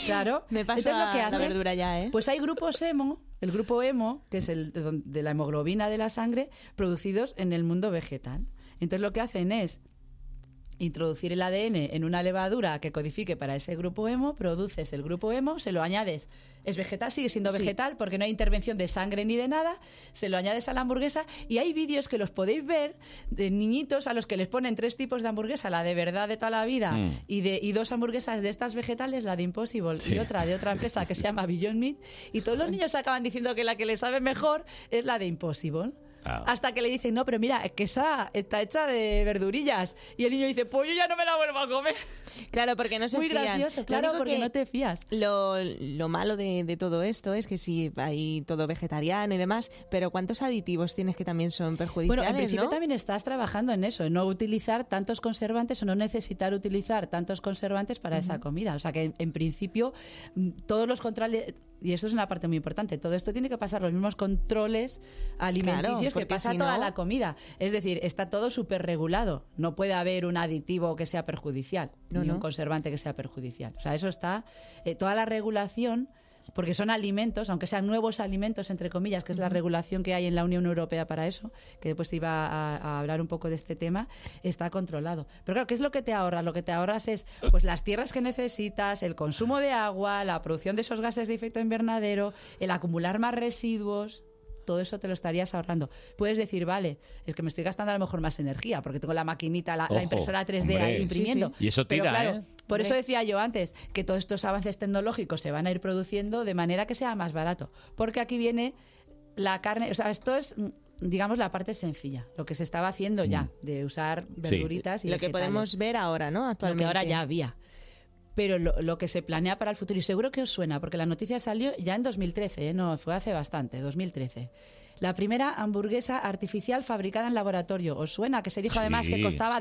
[SPEAKER 2] Claro.
[SPEAKER 3] Me pasa
[SPEAKER 2] Entonces, lo que
[SPEAKER 3] la
[SPEAKER 2] hacen-
[SPEAKER 3] verdura ya, ¿eh?
[SPEAKER 2] Pues hay grupos emo, el grupo emo, que es el de don- de la hemoglobina de la sangre, producidos en el mundo vegetal. Entonces lo que hacen es introducir el ADN en una levadura que codifique para ese grupo hemo, produces el grupo hemo, se lo añades. Es vegetal, sigue siendo
[SPEAKER 3] Sí.
[SPEAKER 2] vegetal porque no hay intervención de sangre ni de nada, se lo añades a la hamburguesa y hay vídeos que los podéis ver de niñitos a los que les ponen tres tipos de hamburguesa, la de verdad de toda la vida
[SPEAKER 1] Mm.
[SPEAKER 2] y, de, y dos hamburguesas de estas vegetales, la de Impossible
[SPEAKER 1] Sí.
[SPEAKER 2] y otra de otra empresa que se llama Beyond Meat y todos los niños acaban diciendo que la que les sabe mejor es la de Impossible.
[SPEAKER 1] Ah.
[SPEAKER 2] Hasta que le dicen, no, pero mira, es que esa está hecha de verdurillas. Y el niño dice, pues yo ya no me la vuelvo a comer.
[SPEAKER 3] Claro, porque no se
[SPEAKER 2] Muy
[SPEAKER 3] fían.
[SPEAKER 2] gracioso,
[SPEAKER 3] Lo
[SPEAKER 2] claro,
[SPEAKER 3] único
[SPEAKER 2] porque
[SPEAKER 3] que-
[SPEAKER 2] no te fías.
[SPEAKER 3] Lo, lo malo de, de todo esto es que sí, hay todo vegetariano y demás, pero ¿cuántos aditivos tienes que también son perjudiciales,
[SPEAKER 2] Bueno, en principio
[SPEAKER 3] no?
[SPEAKER 2] también estás trabajando en eso, en no utilizar tantos conservantes o no necesitar utilizar tantos conservantes para esa comida. O sea que en, en principio mm, todos los controles, y esto es una parte muy importante, todo esto tiene que pasar los mismos controles alimenticios que
[SPEAKER 3] porque
[SPEAKER 2] pasa
[SPEAKER 3] si
[SPEAKER 2] toda
[SPEAKER 3] no-
[SPEAKER 2] la comida. Es decir, está todo súper regulado. No puede haber un aditivo que sea perjudicial,
[SPEAKER 3] No,
[SPEAKER 2] ni un
[SPEAKER 3] no.
[SPEAKER 2] conservante que sea perjudicial. O sea, eso está, eh, toda la regulación... Porque son alimentos, aunque sean nuevos alimentos, entre comillas, que es la regulación que hay en la Unión Europea para eso, que después iba a, a hablar un poco de este tema, está controlado. Pero claro, ¿qué es lo que te ahorras? Lo que te ahorras es pues las tierras que necesitas, el consumo de agua, la producción de esos gases de efecto invernadero, el acumular más residuos. Todo eso te lo estarías ahorrando. Puedes decir, vale, es que me estoy gastando a lo mejor más energía, porque tengo la maquinita, la, la
[SPEAKER 1] Ojo,
[SPEAKER 2] impresora 3D
[SPEAKER 1] hombre.
[SPEAKER 2] ahí imprimiendo.
[SPEAKER 1] Sí, sí. Y eso
[SPEAKER 2] Pero
[SPEAKER 1] tira,
[SPEAKER 2] claro,
[SPEAKER 1] ¿eh?
[SPEAKER 2] por eso
[SPEAKER 3] Hombre.
[SPEAKER 2] decía yo antes que todos estos avances tecnológicos se van a ir produciendo de manera que sea más barato. Porque aquí viene la carne, o sea, esto es, mm, digamos, la parte sencilla, lo que se estaba haciendo
[SPEAKER 1] Mm.
[SPEAKER 2] ya, de usar verduritas y
[SPEAKER 3] Lo que
[SPEAKER 2] vegetales,
[SPEAKER 3] podemos ver ahora, ¿no?
[SPEAKER 2] lo
[SPEAKER 3] Actualmente.
[SPEAKER 2] que ahora ya había. Pero lo, lo que se planea para el futuro, y seguro que os suena, porque la noticia salió ya en 2013, ¿eh? no, fue hace bastante, 2013. La primera hamburguesa artificial fabricada en laboratorio. ¿Os suena? Que se dijo además
[SPEAKER 1] Sí.
[SPEAKER 2] que costaba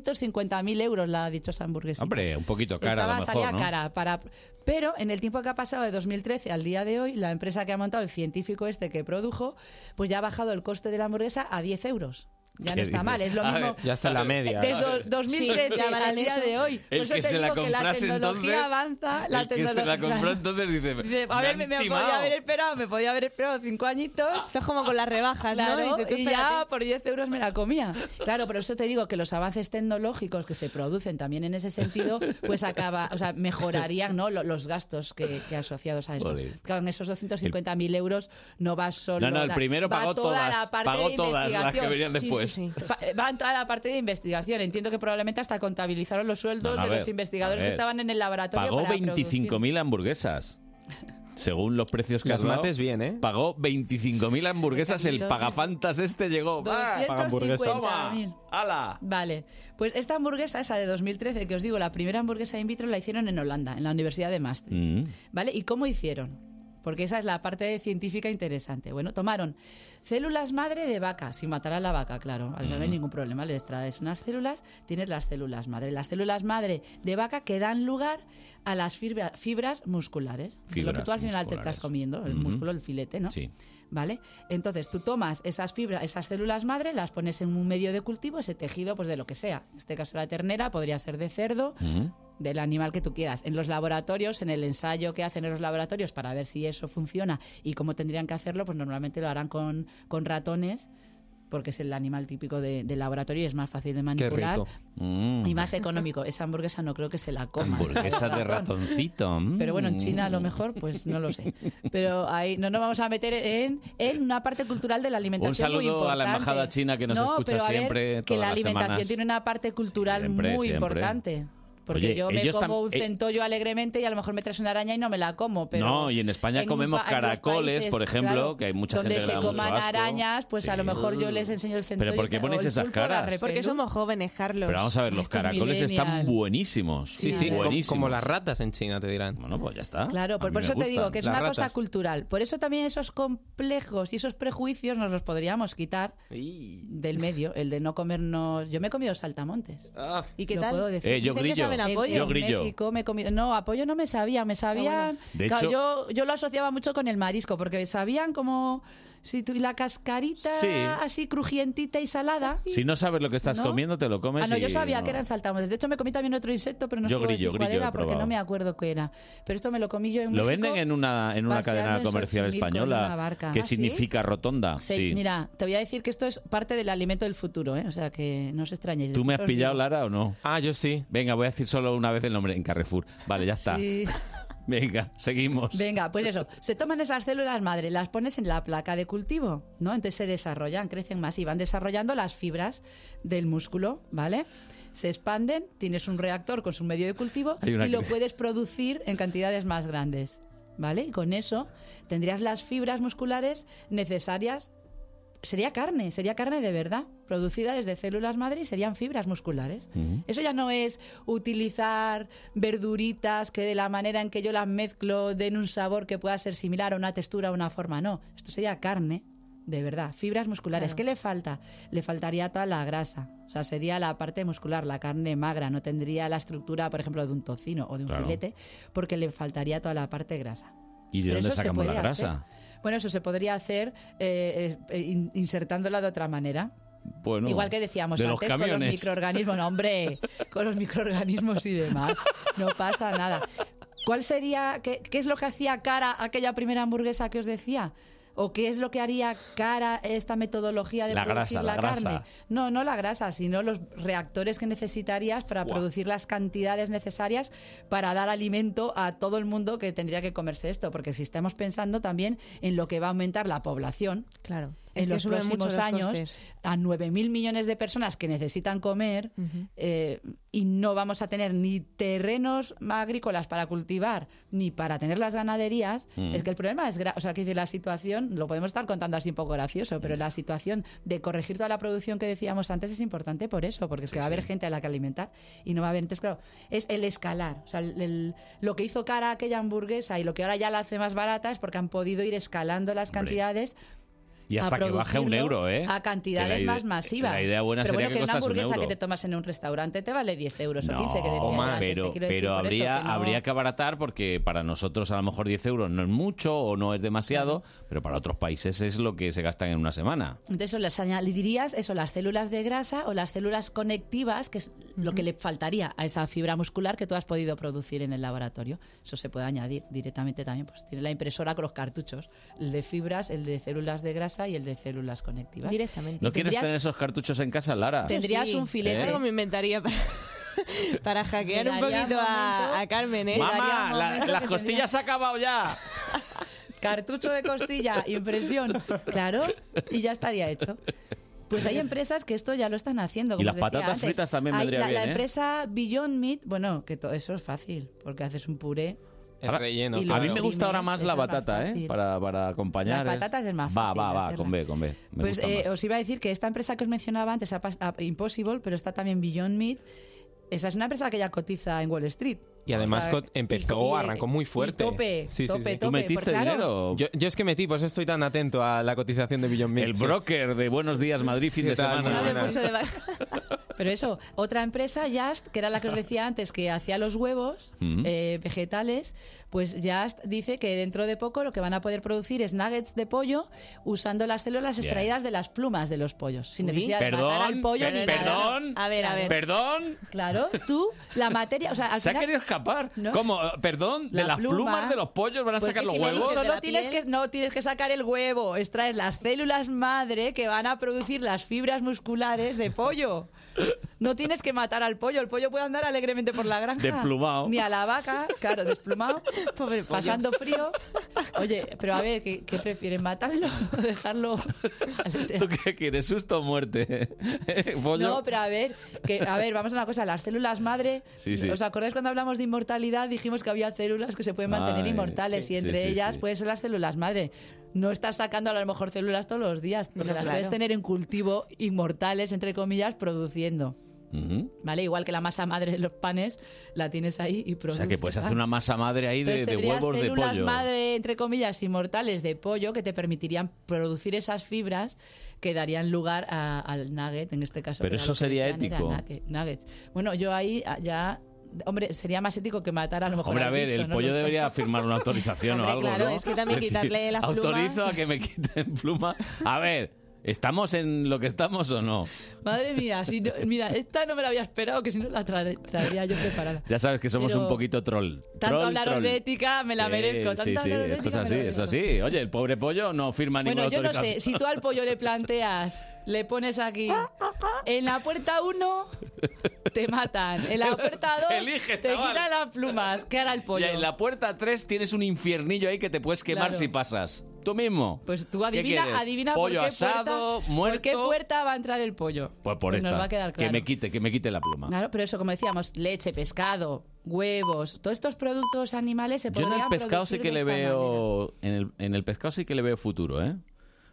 [SPEAKER 2] 250.000 euros la dichosa hamburguesa.
[SPEAKER 1] Hombre, un poquito cara
[SPEAKER 2] Estaba,
[SPEAKER 1] a lo mejor,
[SPEAKER 2] salía
[SPEAKER 1] ¿no?
[SPEAKER 2] cara para pero en el tiempo que ha pasado de 2013 al día de hoy la empresa que ha montado el científico este que produjo pues ya ha bajado el coste de la hamburguesa a 10 euros ya
[SPEAKER 1] ¿Qué
[SPEAKER 2] no está
[SPEAKER 1] dices?
[SPEAKER 2] mal es lo
[SPEAKER 1] A
[SPEAKER 2] mismo
[SPEAKER 1] ver,
[SPEAKER 4] Ya está
[SPEAKER 1] [laughs]
[SPEAKER 4] en la media.
[SPEAKER 2] desde
[SPEAKER 4] ¿no?
[SPEAKER 2] do- 2013
[SPEAKER 3] Sí, ya valen
[SPEAKER 2] al día
[SPEAKER 3] eso.
[SPEAKER 2] de hoy por
[SPEAKER 1] El
[SPEAKER 2] eso
[SPEAKER 1] que
[SPEAKER 2] te
[SPEAKER 1] se la
[SPEAKER 2] digo que la
[SPEAKER 1] comprase
[SPEAKER 2] tecnología
[SPEAKER 1] entonces,
[SPEAKER 2] avanza la
[SPEAKER 1] el que se la
[SPEAKER 2] tecnología-
[SPEAKER 1] compró entonces dice,
[SPEAKER 2] [laughs] Dice, a
[SPEAKER 1] "Me
[SPEAKER 2] ver
[SPEAKER 1] han
[SPEAKER 2] me, me
[SPEAKER 1] timado".
[SPEAKER 2] podía haber esperado me podía haber esperado cinco añitos
[SPEAKER 3] Esto es como con las rebajas, ¿no?
[SPEAKER 2] Claro,
[SPEAKER 3] Dices, Ah, tú
[SPEAKER 2] y
[SPEAKER 3] espérate.
[SPEAKER 2] ya por 10 euros me la comía. Claro, por eso te digo que los avances tecnológicos que se producen también en ese sentido, pues acaba, o sea, mejorarían ¿no? lo- los gastos que, que asociados a esto.
[SPEAKER 1] Joder.
[SPEAKER 2] Claro, en esos 250.000 euros no va solo.
[SPEAKER 1] No, no, el
[SPEAKER 2] la-
[SPEAKER 1] primero
[SPEAKER 2] va
[SPEAKER 1] pagó
[SPEAKER 2] toda
[SPEAKER 1] todas,
[SPEAKER 2] la parte
[SPEAKER 1] pagó
[SPEAKER 2] de
[SPEAKER 1] todas las que
[SPEAKER 2] investigación.
[SPEAKER 1] venían
[SPEAKER 3] Sí, sí,
[SPEAKER 1] después.
[SPEAKER 3] sí.
[SPEAKER 2] Pa- Va en toda la parte de investigación. Entiendo que probablemente hasta contabilizaron los sueldos
[SPEAKER 1] No, no, a
[SPEAKER 2] de
[SPEAKER 1] ver,
[SPEAKER 2] los
[SPEAKER 1] a
[SPEAKER 2] investigadores que
[SPEAKER 1] ver.
[SPEAKER 2] estaban en el laboratorio.
[SPEAKER 1] Pagó
[SPEAKER 2] para producir.
[SPEAKER 1] 25.000 hamburguesas. Según los precios que
[SPEAKER 4] Las
[SPEAKER 1] has dado,
[SPEAKER 4] mates bien, ¿eh?
[SPEAKER 1] Pagó 25.000 hamburguesas. El
[SPEAKER 2] Dos-
[SPEAKER 1] pagafantas este llegó. ¡Ah!
[SPEAKER 2] Paga hamburguesa. 250.000.
[SPEAKER 1] ¡Toma! ¡Hala!
[SPEAKER 2] Vale, pues esta hamburguesa, esa de 2013 que os digo, la primera hamburguesa in vitro la hicieron en Holanda, en la Universidad de Maastricht.
[SPEAKER 1] Mm.
[SPEAKER 2] ¿Vale? ¿Y cómo hicieron? Porque esa es la parte científica interesante. Bueno, tomaron células madre de vaca, sin matar a la vaca, claro. O sea, no hay ningún problema. Les traes unas células, tienes las células madre. Las células madre de vaca que dan lugar a las fibra- fibras musculares. lo que
[SPEAKER 1] Fibras
[SPEAKER 2] tú al final te
[SPEAKER 1] musculares.
[SPEAKER 2] estás comiendo, el
[SPEAKER 1] Ujú.
[SPEAKER 2] músculo, el filete, ¿no?
[SPEAKER 1] Sí.
[SPEAKER 2] ¿Vale? Entonces tú tomas esas fibras, esas células madre, las pones en un medio de cultivo, ese tejido, pues de lo que sea. En este caso la ternera, podría ser de cerdo,
[SPEAKER 1] Mm,
[SPEAKER 2] del animal que tú quieras. En los laboratorios, en el ensayo que hacen en los laboratorios para ver si eso funciona y cómo tendrían que hacerlo, pues normalmente lo harán con, con ratones, porque es el animal típico de, del laboratorio y es más fácil de
[SPEAKER 4] Qué
[SPEAKER 2] manipular.
[SPEAKER 4] rico.
[SPEAKER 1] Mm.
[SPEAKER 2] Y más económico. Esa hamburguesa no creo que se la coma.
[SPEAKER 1] Hamburguesa
[SPEAKER 2] [laughs]
[SPEAKER 1] de ratoncito. mm.
[SPEAKER 2] Pero bueno, en China a lo mejor, pues no lo sé. Pero ahí no nos vamos a meter en, en una parte cultural de la alimentación.
[SPEAKER 1] Un saludo
[SPEAKER 2] muy importante.
[SPEAKER 1] a la embajada china que nos
[SPEAKER 2] No,
[SPEAKER 1] escucha
[SPEAKER 2] pero a ver,
[SPEAKER 1] siempre,
[SPEAKER 2] Que
[SPEAKER 1] todas
[SPEAKER 2] la
[SPEAKER 1] las
[SPEAKER 2] alimentación
[SPEAKER 1] semanas.
[SPEAKER 2] tiene una parte cultural
[SPEAKER 1] Siempre,
[SPEAKER 2] muy
[SPEAKER 1] siempre.
[SPEAKER 2] importante. Porque
[SPEAKER 1] Oye,
[SPEAKER 2] yo me
[SPEAKER 1] ellos
[SPEAKER 2] como
[SPEAKER 1] tam-
[SPEAKER 2] un
[SPEAKER 1] eh-
[SPEAKER 2] centollo alegremente y a lo mejor me traes una araña y no me la como. Pero
[SPEAKER 1] No, y en España
[SPEAKER 2] un
[SPEAKER 1] comemos
[SPEAKER 2] pa- en los
[SPEAKER 1] caracoles,
[SPEAKER 2] países,
[SPEAKER 1] por ejemplo,
[SPEAKER 2] claro,
[SPEAKER 1] que hay mucha
[SPEAKER 2] donde
[SPEAKER 1] gente que le da
[SPEAKER 2] se
[SPEAKER 1] mucho
[SPEAKER 2] coman
[SPEAKER 1] asco.
[SPEAKER 2] arañas, pues a lo
[SPEAKER 1] Sí.
[SPEAKER 2] mejor yo les enseño el centollo.
[SPEAKER 1] ¿por qué
[SPEAKER 2] o
[SPEAKER 1] pones
[SPEAKER 2] el
[SPEAKER 1] esas
[SPEAKER 2] pulpo, la
[SPEAKER 1] caras?
[SPEAKER 2] repelús.
[SPEAKER 3] Porque somos jóvenes, Carlos.
[SPEAKER 1] Pero vamos a ver, los
[SPEAKER 2] Estos
[SPEAKER 1] caracoles están
[SPEAKER 2] millennials.
[SPEAKER 1] buenísimos.
[SPEAKER 4] Sí, sí, como,
[SPEAKER 1] buenísimos.
[SPEAKER 4] como las ratas en China te dirán.
[SPEAKER 1] Bueno, pues ya está.
[SPEAKER 2] Claro,
[SPEAKER 1] A
[SPEAKER 2] por,
[SPEAKER 1] mí
[SPEAKER 2] por
[SPEAKER 1] me
[SPEAKER 2] eso te
[SPEAKER 1] gustan.
[SPEAKER 2] digo que es
[SPEAKER 4] Las
[SPEAKER 2] una cosa
[SPEAKER 4] ratas.
[SPEAKER 2] cultural. Por eso también esos complejos y esos prejuicios nos los podríamos quitar
[SPEAKER 4] Y-
[SPEAKER 2] del medio. El de no comernos. Yo me he comido saltamontes.
[SPEAKER 4] Ah,
[SPEAKER 3] ¿Y qué
[SPEAKER 2] Lo
[SPEAKER 3] tal?
[SPEAKER 2] puedo decir.
[SPEAKER 1] Eh, yo
[SPEAKER 3] Dicen que
[SPEAKER 1] grillo.
[SPEAKER 3] saben a
[SPEAKER 2] En-
[SPEAKER 3] pollo.
[SPEAKER 1] Yo
[SPEAKER 2] en
[SPEAKER 1] grillo.
[SPEAKER 2] México me he comido. No, apoyo no me sabía. Me sabían.
[SPEAKER 1] De
[SPEAKER 2] Claro,
[SPEAKER 1] hecho-
[SPEAKER 2] yo, yo lo asociaba mucho con el marisco, porque sabían como. Si tú, la cascarita
[SPEAKER 1] Sí.
[SPEAKER 2] así crujientita y salada.
[SPEAKER 1] Si no sabes lo que estás
[SPEAKER 2] ¿No?
[SPEAKER 1] comiendo, te lo comes.
[SPEAKER 2] Ah, no, yo
[SPEAKER 1] y
[SPEAKER 2] sabía
[SPEAKER 1] no.
[SPEAKER 2] que eran saltamontes. De hecho, me comí también otro insecto, pero no
[SPEAKER 1] Yo
[SPEAKER 2] os puedo
[SPEAKER 1] grillo,
[SPEAKER 2] decir cuál
[SPEAKER 1] grillo he
[SPEAKER 2] era porque
[SPEAKER 1] probado.
[SPEAKER 2] no me acuerdo qué era. Pero esto me lo comí yo en
[SPEAKER 1] Lo
[SPEAKER 2] México.
[SPEAKER 1] venden en una, en una
[SPEAKER 2] paseando
[SPEAKER 1] cadena
[SPEAKER 2] en
[SPEAKER 1] comercial
[SPEAKER 2] Xochimilco en una
[SPEAKER 1] española
[SPEAKER 2] barca.
[SPEAKER 1] que
[SPEAKER 2] ¿Ah, sí?
[SPEAKER 1] significa rotonda.
[SPEAKER 2] Sí,
[SPEAKER 1] sí.
[SPEAKER 2] mira, te voy a decir que esto es parte del alimento del futuro, ¿eh? O sea, que no os extrañéis.
[SPEAKER 1] ¿Tú me has
[SPEAKER 2] Os
[SPEAKER 1] pillado,
[SPEAKER 2] digo.
[SPEAKER 1] Lara, o no?
[SPEAKER 4] Ah, yo sí.
[SPEAKER 1] Venga, voy a decir solo una vez el nombre en Carrefour. Vale, ya está.
[SPEAKER 2] Sí.
[SPEAKER 1] Venga, seguimos.
[SPEAKER 2] Venga, pues eso, se toman esas células madre, las pones en la placa de cultivo, ¿no? Entonces se desarrollan, crecen más y van desarrollando las fibras del músculo, ¿vale? Se expanden, tienes un reactor con su medio de cultivo
[SPEAKER 1] Hay una
[SPEAKER 2] y lo
[SPEAKER 1] cre-
[SPEAKER 2] puedes producir en cantidades más grandes, ¿vale? Y con eso tendrías las fibras musculares necesarias. Sería carne, sería carne de verdad, producida desde células madre y serían fibras musculares.
[SPEAKER 1] Ujú.
[SPEAKER 2] Eso ya no es utilizar verduritas que de la manera en que yo las mezclo den un sabor que pueda ser similar a una textura o una forma. No, esto sería carne, de verdad. Fibras musculares.
[SPEAKER 3] Claro.
[SPEAKER 2] ¿Qué le falta? Le faltaría toda la grasa. O sea, sería la parte muscular, la carne magra. No tendría la estructura, por ejemplo, de un tocino o de un
[SPEAKER 1] Claro.
[SPEAKER 2] filete, porque le faltaría toda la parte grasa.
[SPEAKER 1] ¿Y de
[SPEAKER 2] Pero
[SPEAKER 1] dónde
[SPEAKER 2] eso se
[SPEAKER 1] sacamos la
[SPEAKER 2] puede
[SPEAKER 1] grasa?
[SPEAKER 2] Bueno, eso se podría hacer eh, eh, in- insertándola de otra manera.
[SPEAKER 1] Bueno,
[SPEAKER 2] Igual que decíamos
[SPEAKER 1] de los
[SPEAKER 2] antes con los
[SPEAKER 1] camiones.
[SPEAKER 2] microorganismos, no, hombre, con los microorganismos y demás, no pasa nada. ¿Cuál sería, qué, qué es lo que hacía cara a aquella primera hamburguesa que os decía? ¿O qué es lo que haría cara esta metodología de
[SPEAKER 1] La
[SPEAKER 2] producir
[SPEAKER 1] grasa,
[SPEAKER 2] la,
[SPEAKER 1] la grasa.
[SPEAKER 2] carne? No, no la grasa, sino los reactores que necesitarías para
[SPEAKER 1] Fua.
[SPEAKER 2] producir las cantidades necesarias para dar alimento a todo el mundo que tendría que comerse esto. Porque si estamos pensando también en lo que va a aumentar la población,
[SPEAKER 3] Claro.
[SPEAKER 2] en
[SPEAKER 3] Es que
[SPEAKER 2] los
[SPEAKER 3] suben mucho
[SPEAKER 2] próximos
[SPEAKER 3] los
[SPEAKER 2] años
[SPEAKER 3] costes.
[SPEAKER 2] a 9.000 millones de personas que necesitan comer
[SPEAKER 3] Ujú.
[SPEAKER 2] eh, y no vamos a tener ni terrenos agrícolas para cultivar ni para tener las ganaderías,
[SPEAKER 1] Mm.
[SPEAKER 2] es que el problema es, gra- o sea, que dice, la situación, lo podemos estar contando así un poco gracioso,
[SPEAKER 1] Mm.
[SPEAKER 2] pero la situación de corregir toda la producción que decíamos antes es importante por eso, porque es que va a haber gente a la que alimentar y no va a haber, entonces claro, es el escalar, o sea, el- el- lo que hizo cara a aquella hamburguesa y lo que ahora ya la hace más barata es porque han podido ir escalando las
[SPEAKER 1] Hombre.
[SPEAKER 2] cantidades
[SPEAKER 1] Y
[SPEAKER 2] a
[SPEAKER 1] hasta que baje un
[SPEAKER 2] producirlo
[SPEAKER 1] euro, ¿eh?
[SPEAKER 2] A
[SPEAKER 1] Que la
[SPEAKER 2] cantidades
[SPEAKER 1] ide-
[SPEAKER 2] más masivas.
[SPEAKER 1] La idea buena
[SPEAKER 2] pero
[SPEAKER 1] sería
[SPEAKER 2] bueno, que, una
[SPEAKER 1] costase un
[SPEAKER 2] hamburguesa
[SPEAKER 1] euro.
[SPEAKER 2] que te tomas en un restaurante te vale 10 euros o 15, que decía
[SPEAKER 1] o
[SPEAKER 2] yo
[SPEAKER 1] más,
[SPEAKER 2] antes, te
[SPEAKER 1] pero,
[SPEAKER 2] quiero decir
[SPEAKER 1] pero
[SPEAKER 2] por eso,
[SPEAKER 1] habría,
[SPEAKER 2] que no-
[SPEAKER 1] habría que abaratar porque para nosotros a lo mejor 10 euros no es mucho o no es demasiado, pero para otros países es lo que se gastan en una semana.
[SPEAKER 2] Entonces, eso, les añadirías eso, las células de grasa o las células conectivas, que es lo que le faltaría a esa fibra muscular que tú has podido producir en el laboratorio. Eso se puede añadir directamente también. Pues tienes la impresora con los cartuchos, el de fibras, el de células de grasa y el de células conectivas.
[SPEAKER 3] Directamente.
[SPEAKER 1] ¿No quieres
[SPEAKER 2] tendrías-
[SPEAKER 1] tener esos cartuchos en casa, Lara?
[SPEAKER 2] Te- Tendrías un filete.
[SPEAKER 3] Algo me inventaría para, [laughs] para hackear un
[SPEAKER 2] Llegaría
[SPEAKER 3] poquito
[SPEAKER 2] un
[SPEAKER 3] a,
[SPEAKER 2] momento-
[SPEAKER 3] a Carmen, ¿eh?
[SPEAKER 2] Llegaría
[SPEAKER 1] ¡Mamá!
[SPEAKER 2] un
[SPEAKER 1] la-
[SPEAKER 2] momento
[SPEAKER 1] ¡Las
[SPEAKER 2] que
[SPEAKER 1] costillas se ha acabado ya!
[SPEAKER 2] cartucho de costilla, impresión, claro, y ya estaría hecho. Pues hay empresas que esto ya lo están haciendo. Como
[SPEAKER 1] Y las
[SPEAKER 2] os decía
[SPEAKER 1] patatas
[SPEAKER 2] antes.
[SPEAKER 1] fritas también
[SPEAKER 2] Hay
[SPEAKER 1] vendría
[SPEAKER 2] la, la
[SPEAKER 1] bien, ¿eh?
[SPEAKER 2] empresa Beyond Meat, bueno, que todo eso es fácil, porque haces un puré
[SPEAKER 4] El
[SPEAKER 1] Ahora-
[SPEAKER 4] relleno.
[SPEAKER 2] Y
[SPEAKER 4] claro.
[SPEAKER 1] a mí me
[SPEAKER 2] claro.
[SPEAKER 1] gusta ahora
[SPEAKER 2] Primes,
[SPEAKER 1] más
[SPEAKER 2] es
[SPEAKER 1] la
[SPEAKER 2] lo más
[SPEAKER 1] batata, ¿eh?
[SPEAKER 2] fácil.
[SPEAKER 1] Para, para acompañar.
[SPEAKER 2] Las patatas es más
[SPEAKER 1] Va,
[SPEAKER 2] fácil
[SPEAKER 1] va, va,
[SPEAKER 2] hacerla.
[SPEAKER 1] con B, con B. Me
[SPEAKER 2] Pues
[SPEAKER 1] gusta
[SPEAKER 2] eh,
[SPEAKER 1] más.
[SPEAKER 2] os iba a decir que esta empresa que os mencionaba antes, Apa- A- Impossible, pero está también Beyond Meat, esa es una empresa que ya cotiza en Wall Street.
[SPEAKER 4] Y además
[SPEAKER 2] O sea,
[SPEAKER 4] co- empezó,
[SPEAKER 2] y- y-
[SPEAKER 4] arrancó muy fuerte.
[SPEAKER 2] y tope,
[SPEAKER 4] Sí, sí,
[SPEAKER 2] tope,
[SPEAKER 4] sí.
[SPEAKER 2] tope.
[SPEAKER 1] ¿Tú metiste
[SPEAKER 2] porque, pues, claro,
[SPEAKER 1] dinero?
[SPEAKER 4] Yo, yo es que metí, pues estoy tan atento a la cotización de Billion Meat.
[SPEAKER 1] El broker de Buenos Días Madrid fin
[SPEAKER 4] ¿Qué
[SPEAKER 1] de
[SPEAKER 4] tal?
[SPEAKER 1] semana.
[SPEAKER 4] Muy
[SPEAKER 3] Sabe
[SPEAKER 4] buenas.
[SPEAKER 3] mucho de vaca.
[SPEAKER 2] Pero eso, otra empresa, Just, que era la que os decía antes, que hacía los huevos
[SPEAKER 1] Ujú.
[SPEAKER 2] eh, vegetales, pues Just dice que dentro de poco lo que van a poder producir es nuggets de pollo usando las células
[SPEAKER 1] Bien.
[SPEAKER 2] extraídas de las plumas de los pollos, sin
[SPEAKER 3] Uy.
[SPEAKER 2] necesidad de
[SPEAKER 1] Perdón,
[SPEAKER 2] matar al pollo
[SPEAKER 1] per-
[SPEAKER 2] ni nada.
[SPEAKER 1] perdón,
[SPEAKER 3] A ver, a ver.
[SPEAKER 1] perdón.
[SPEAKER 2] Claro, tú, la materia, o sea, al
[SPEAKER 1] Se ha
[SPEAKER 2] final-
[SPEAKER 1] querido escapar.
[SPEAKER 2] No.
[SPEAKER 1] ¿Cómo? Perdón, de
[SPEAKER 2] La
[SPEAKER 1] las
[SPEAKER 2] pluma.
[SPEAKER 1] plumas de los pollos van a
[SPEAKER 2] Pues
[SPEAKER 1] sacar
[SPEAKER 2] que
[SPEAKER 1] los
[SPEAKER 2] si
[SPEAKER 1] huevos.
[SPEAKER 2] solo-
[SPEAKER 3] De
[SPEAKER 2] Solo
[SPEAKER 3] la
[SPEAKER 2] tienes que,
[SPEAKER 3] piel.
[SPEAKER 2] no, tienes que sacar el huevo, extraer las células madre que van a producir las fibras musculares de pollo. No tienes que matar al pollo, el pollo puede andar alegremente por la granja.
[SPEAKER 1] Desplumado.
[SPEAKER 2] Ni a la vaca, claro, desplumado,
[SPEAKER 3] [laughs] Pobre pollo.
[SPEAKER 2] pasando frío. Oye, pero a ver, ¿qué, qué prefieren, matarlo o dejarlo?
[SPEAKER 1] ¿Tú qué quieres? ¿Susto o muerte? Pollo.
[SPEAKER 2] [laughs] No, pero a ver, que, a ver, vamos a una cosa, las células madre,
[SPEAKER 1] Sí, sí.
[SPEAKER 2] ¿os acordáis cuando hablamos de inmortalidad? Dijimos que había células que se pueden mantener
[SPEAKER 1] Ay,
[SPEAKER 2] inmortales
[SPEAKER 1] sí.
[SPEAKER 2] y entre
[SPEAKER 1] Sí, sí,
[SPEAKER 2] ellas
[SPEAKER 1] sí.
[SPEAKER 2] pueden ser las células madre. No estás sacando a lo mejor células todos los días, porque
[SPEAKER 3] No,
[SPEAKER 2] las
[SPEAKER 3] claro.
[SPEAKER 2] puedes tener en cultivo inmortales, entre comillas, produciendo.
[SPEAKER 1] Ujú.
[SPEAKER 2] ¿Vale? Igual que la masa madre de los panes, la tienes ahí y
[SPEAKER 1] O
[SPEAKER 2] produces.
[SPEAKER 1] sea que puedes hacer una masa madre ahí de,
[SPEAKER 2] Entonces
[SPEAKER 1] de
[SPEAKER 2] Pues tendrías
[SPEAKER 1] huevos de
[SPEAKER 2] células
[SPEAKER 1] pollo.
[SPEAKER 2] madre, entre comillas, inmortales de pollo que te permitirían producir esas fibras que darían lugar a- al nugget, en este caso.
[SPEAKER 1] Pero
[SPEAKER 2] que era
[SPEAKER 1] eso
[SPEAKER 2] lo que
[SPEAKER 1] sería
[SPEAKER 2] decían,
[SPEAKER 1] ético.
[SPEAKER 2] era nugget- nuggets. Bueno, yo ahí ah, ya... Hombre, sería más ético que matar a lo mejor
[SPEAKER 1] Hombre,
[SPEAKER 2] al
[SPEAKER 1] a ver,
[SPEAKER 2] bicho,
[SPEAKER 1] el
[SPEAKER 2] no
[SPEAKER 1] pollo
[SPEAKER 2] lo sé.
[SPEAKER 1] debería firmar una autorización
[SPEAKER 3] Hombre,
[SPEAKER 1] o algo,
[SPEAKER 3] claro,
[SPEAKER 1] ¿no?
[SPEAKER 3] es que también quitarle las plumas.
[SPEAKER 1] Autorizo a que me quiten pluma. A ver, ¿estamos en lo que estamos o no?
[SPEAKER 2] Madre mía, si no- mira, esta no me la había esperado, que si no la tra- traería yo preparada.
[SPEAKER 1] [laughs] Ya sabes que somos
[SPEAKER 2] Pero
[SPEAKER 1] un poquito troll.
[SPEAKER 2] Tanto
[SPEAKER 1] Troll,
[SPEAKER 2] hablaros
[SPEAKER 1] troll.
[SPEAKER 2] de ética, me la
[SPEAKER 1] Sí,
[SPEAKER 2] merezco. Tanto
[SPEAKER 1] Sí, sí,
[SPEAKER 2] hablaros de
[SPEAKER 1] esto es
[SPEAKER 2] ética, me
[SPEAKER 1] así,
[SPEAKER 2] la
[SPEAKER 1] eso
[SPEAKER 2] merezco.
[SPEAKER 1] así. Oye, el pobre pollo no firma
[SPEAKER 2] Bueno,
[SPEAKER 1] ninguna
[SPEAKER 2] yo no
[SPEAKER 1] autorización.
[SPEAKER 2] sé, si tú al pollo le planteas, le pones aquí, en la puerta 1 te matan, en la puerta 2
[SPEAKER 1] Elige,
[SPEAKER 2] te
[SPEAKER 1] chaval.
[SPEAKER 2] quitan las plumas, ¿qué hará el pollo?
[SPEAKER 1] Y en la puerta 3 tienes un infiernillo ahí que te puedes quemar
[SPEAKER 2] Claro.
[SPEAKER 1] si pasas. Tú mismo.
[SPEAKER 2] Pues tú
[SPEAKER 1] ¿Qué quieres?
[SPEAKER 2] adivina, adivina
[SPEAKER 1] pollo
[SPEAKER 2] por, qué
[SPEAKER 1] asado,
[SPEAKER 2] puerta,
[SPEAKER 1] muerto.
[SPEAKER 2] por qué puerta va a entrar el pollo.
[SPEAKER 1] Pues por
[SPEAKER 2] Nos
[SPEAKER 1] esta.
[SPEAKER 2] va a quedar claro.
[SPEAKER 1] Que me quite, que me quite la pluma.
[SPEAKER 2] Claro, pero eso, como decíamos, leche, pescado, huevos, todos estos productos animales se
[SPEAKER 1] Yo en
[SPEAKER 2] podrían
[SPEAKER 1] el pescado sí
[SPEAKER 2] producir
[SPEAKER 1] que
[SPEAKER 2] de
[SPEAKER 1] le
[SPEAKER 2] esta manera.
[SPEAKER 1] veo. En el, en el pescado sí que le veo futuro, ¿eh?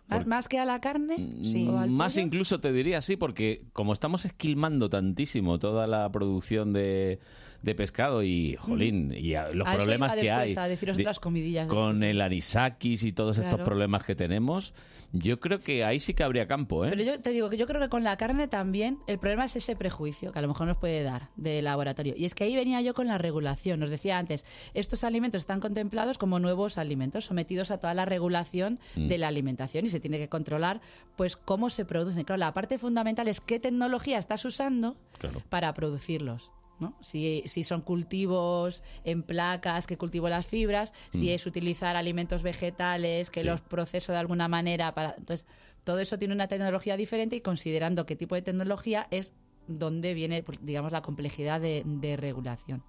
[SPEAKER 2] ¿Más- ¿Más que a la carne?
[SPEAKER 3] Sí.
[SPEAKER 2] ¿O al
[SPEAKER 1] Mm, Más
[SPEAKER 2] pollo?
[SPEAKER 1] incluso te diría sí, porque como estamos esquilmando tantísimo toda la producción de, de pescado y, jolín, y a- los
[SPEAKER 2] A Mm. Ah, eso
[SPEAKER 1] problemas
[SPEAKER 2] iba
[SPEAKER 1] que
[SPEAKER 2] después,
[SPEAKER 1] hay
[SPEAKER 2] a deciros
[SPEAKER 1] de-
[SPEAKER 2] otras comidillas de
[SPEAKER 1] con el anisakis y todos estos
[SPEAKER 2] Claro.
[SPEAKER 1] problemas que tenemos, yo creo que ahí sí que habría campo, ¿eh?
[SPEAKER 2] Pero yo te digo que yo creo que con la carne también el problema es ese prejuicio que a lo mejor nos puede dar de laboratorio. Y es que ahí venía yo con la regulación. Nos decía antes, estos alimentos están contemplados como nuevos alimentos sometidos a toda la regulación de la alimentación y se tiene que controlar pues cómo se producen. Claro, la parte fundamental es qué tecnología estás usando
[SPEAKER 1] Claro.
[SPEAKER 2] para producirlos. ¿no? Si, si son cultivos en placas que cultivo las fibras, si es utilizar alimentos vegetales que
[SPEAKER 1] Sí.
[SPEAKER 2] los proceso de alguna manera para. Entonces, todo eso tiene una tecnología diferente y considerando qué tipo de tecnología es donde viene, pues, digamos, la complejidad de, de regulación.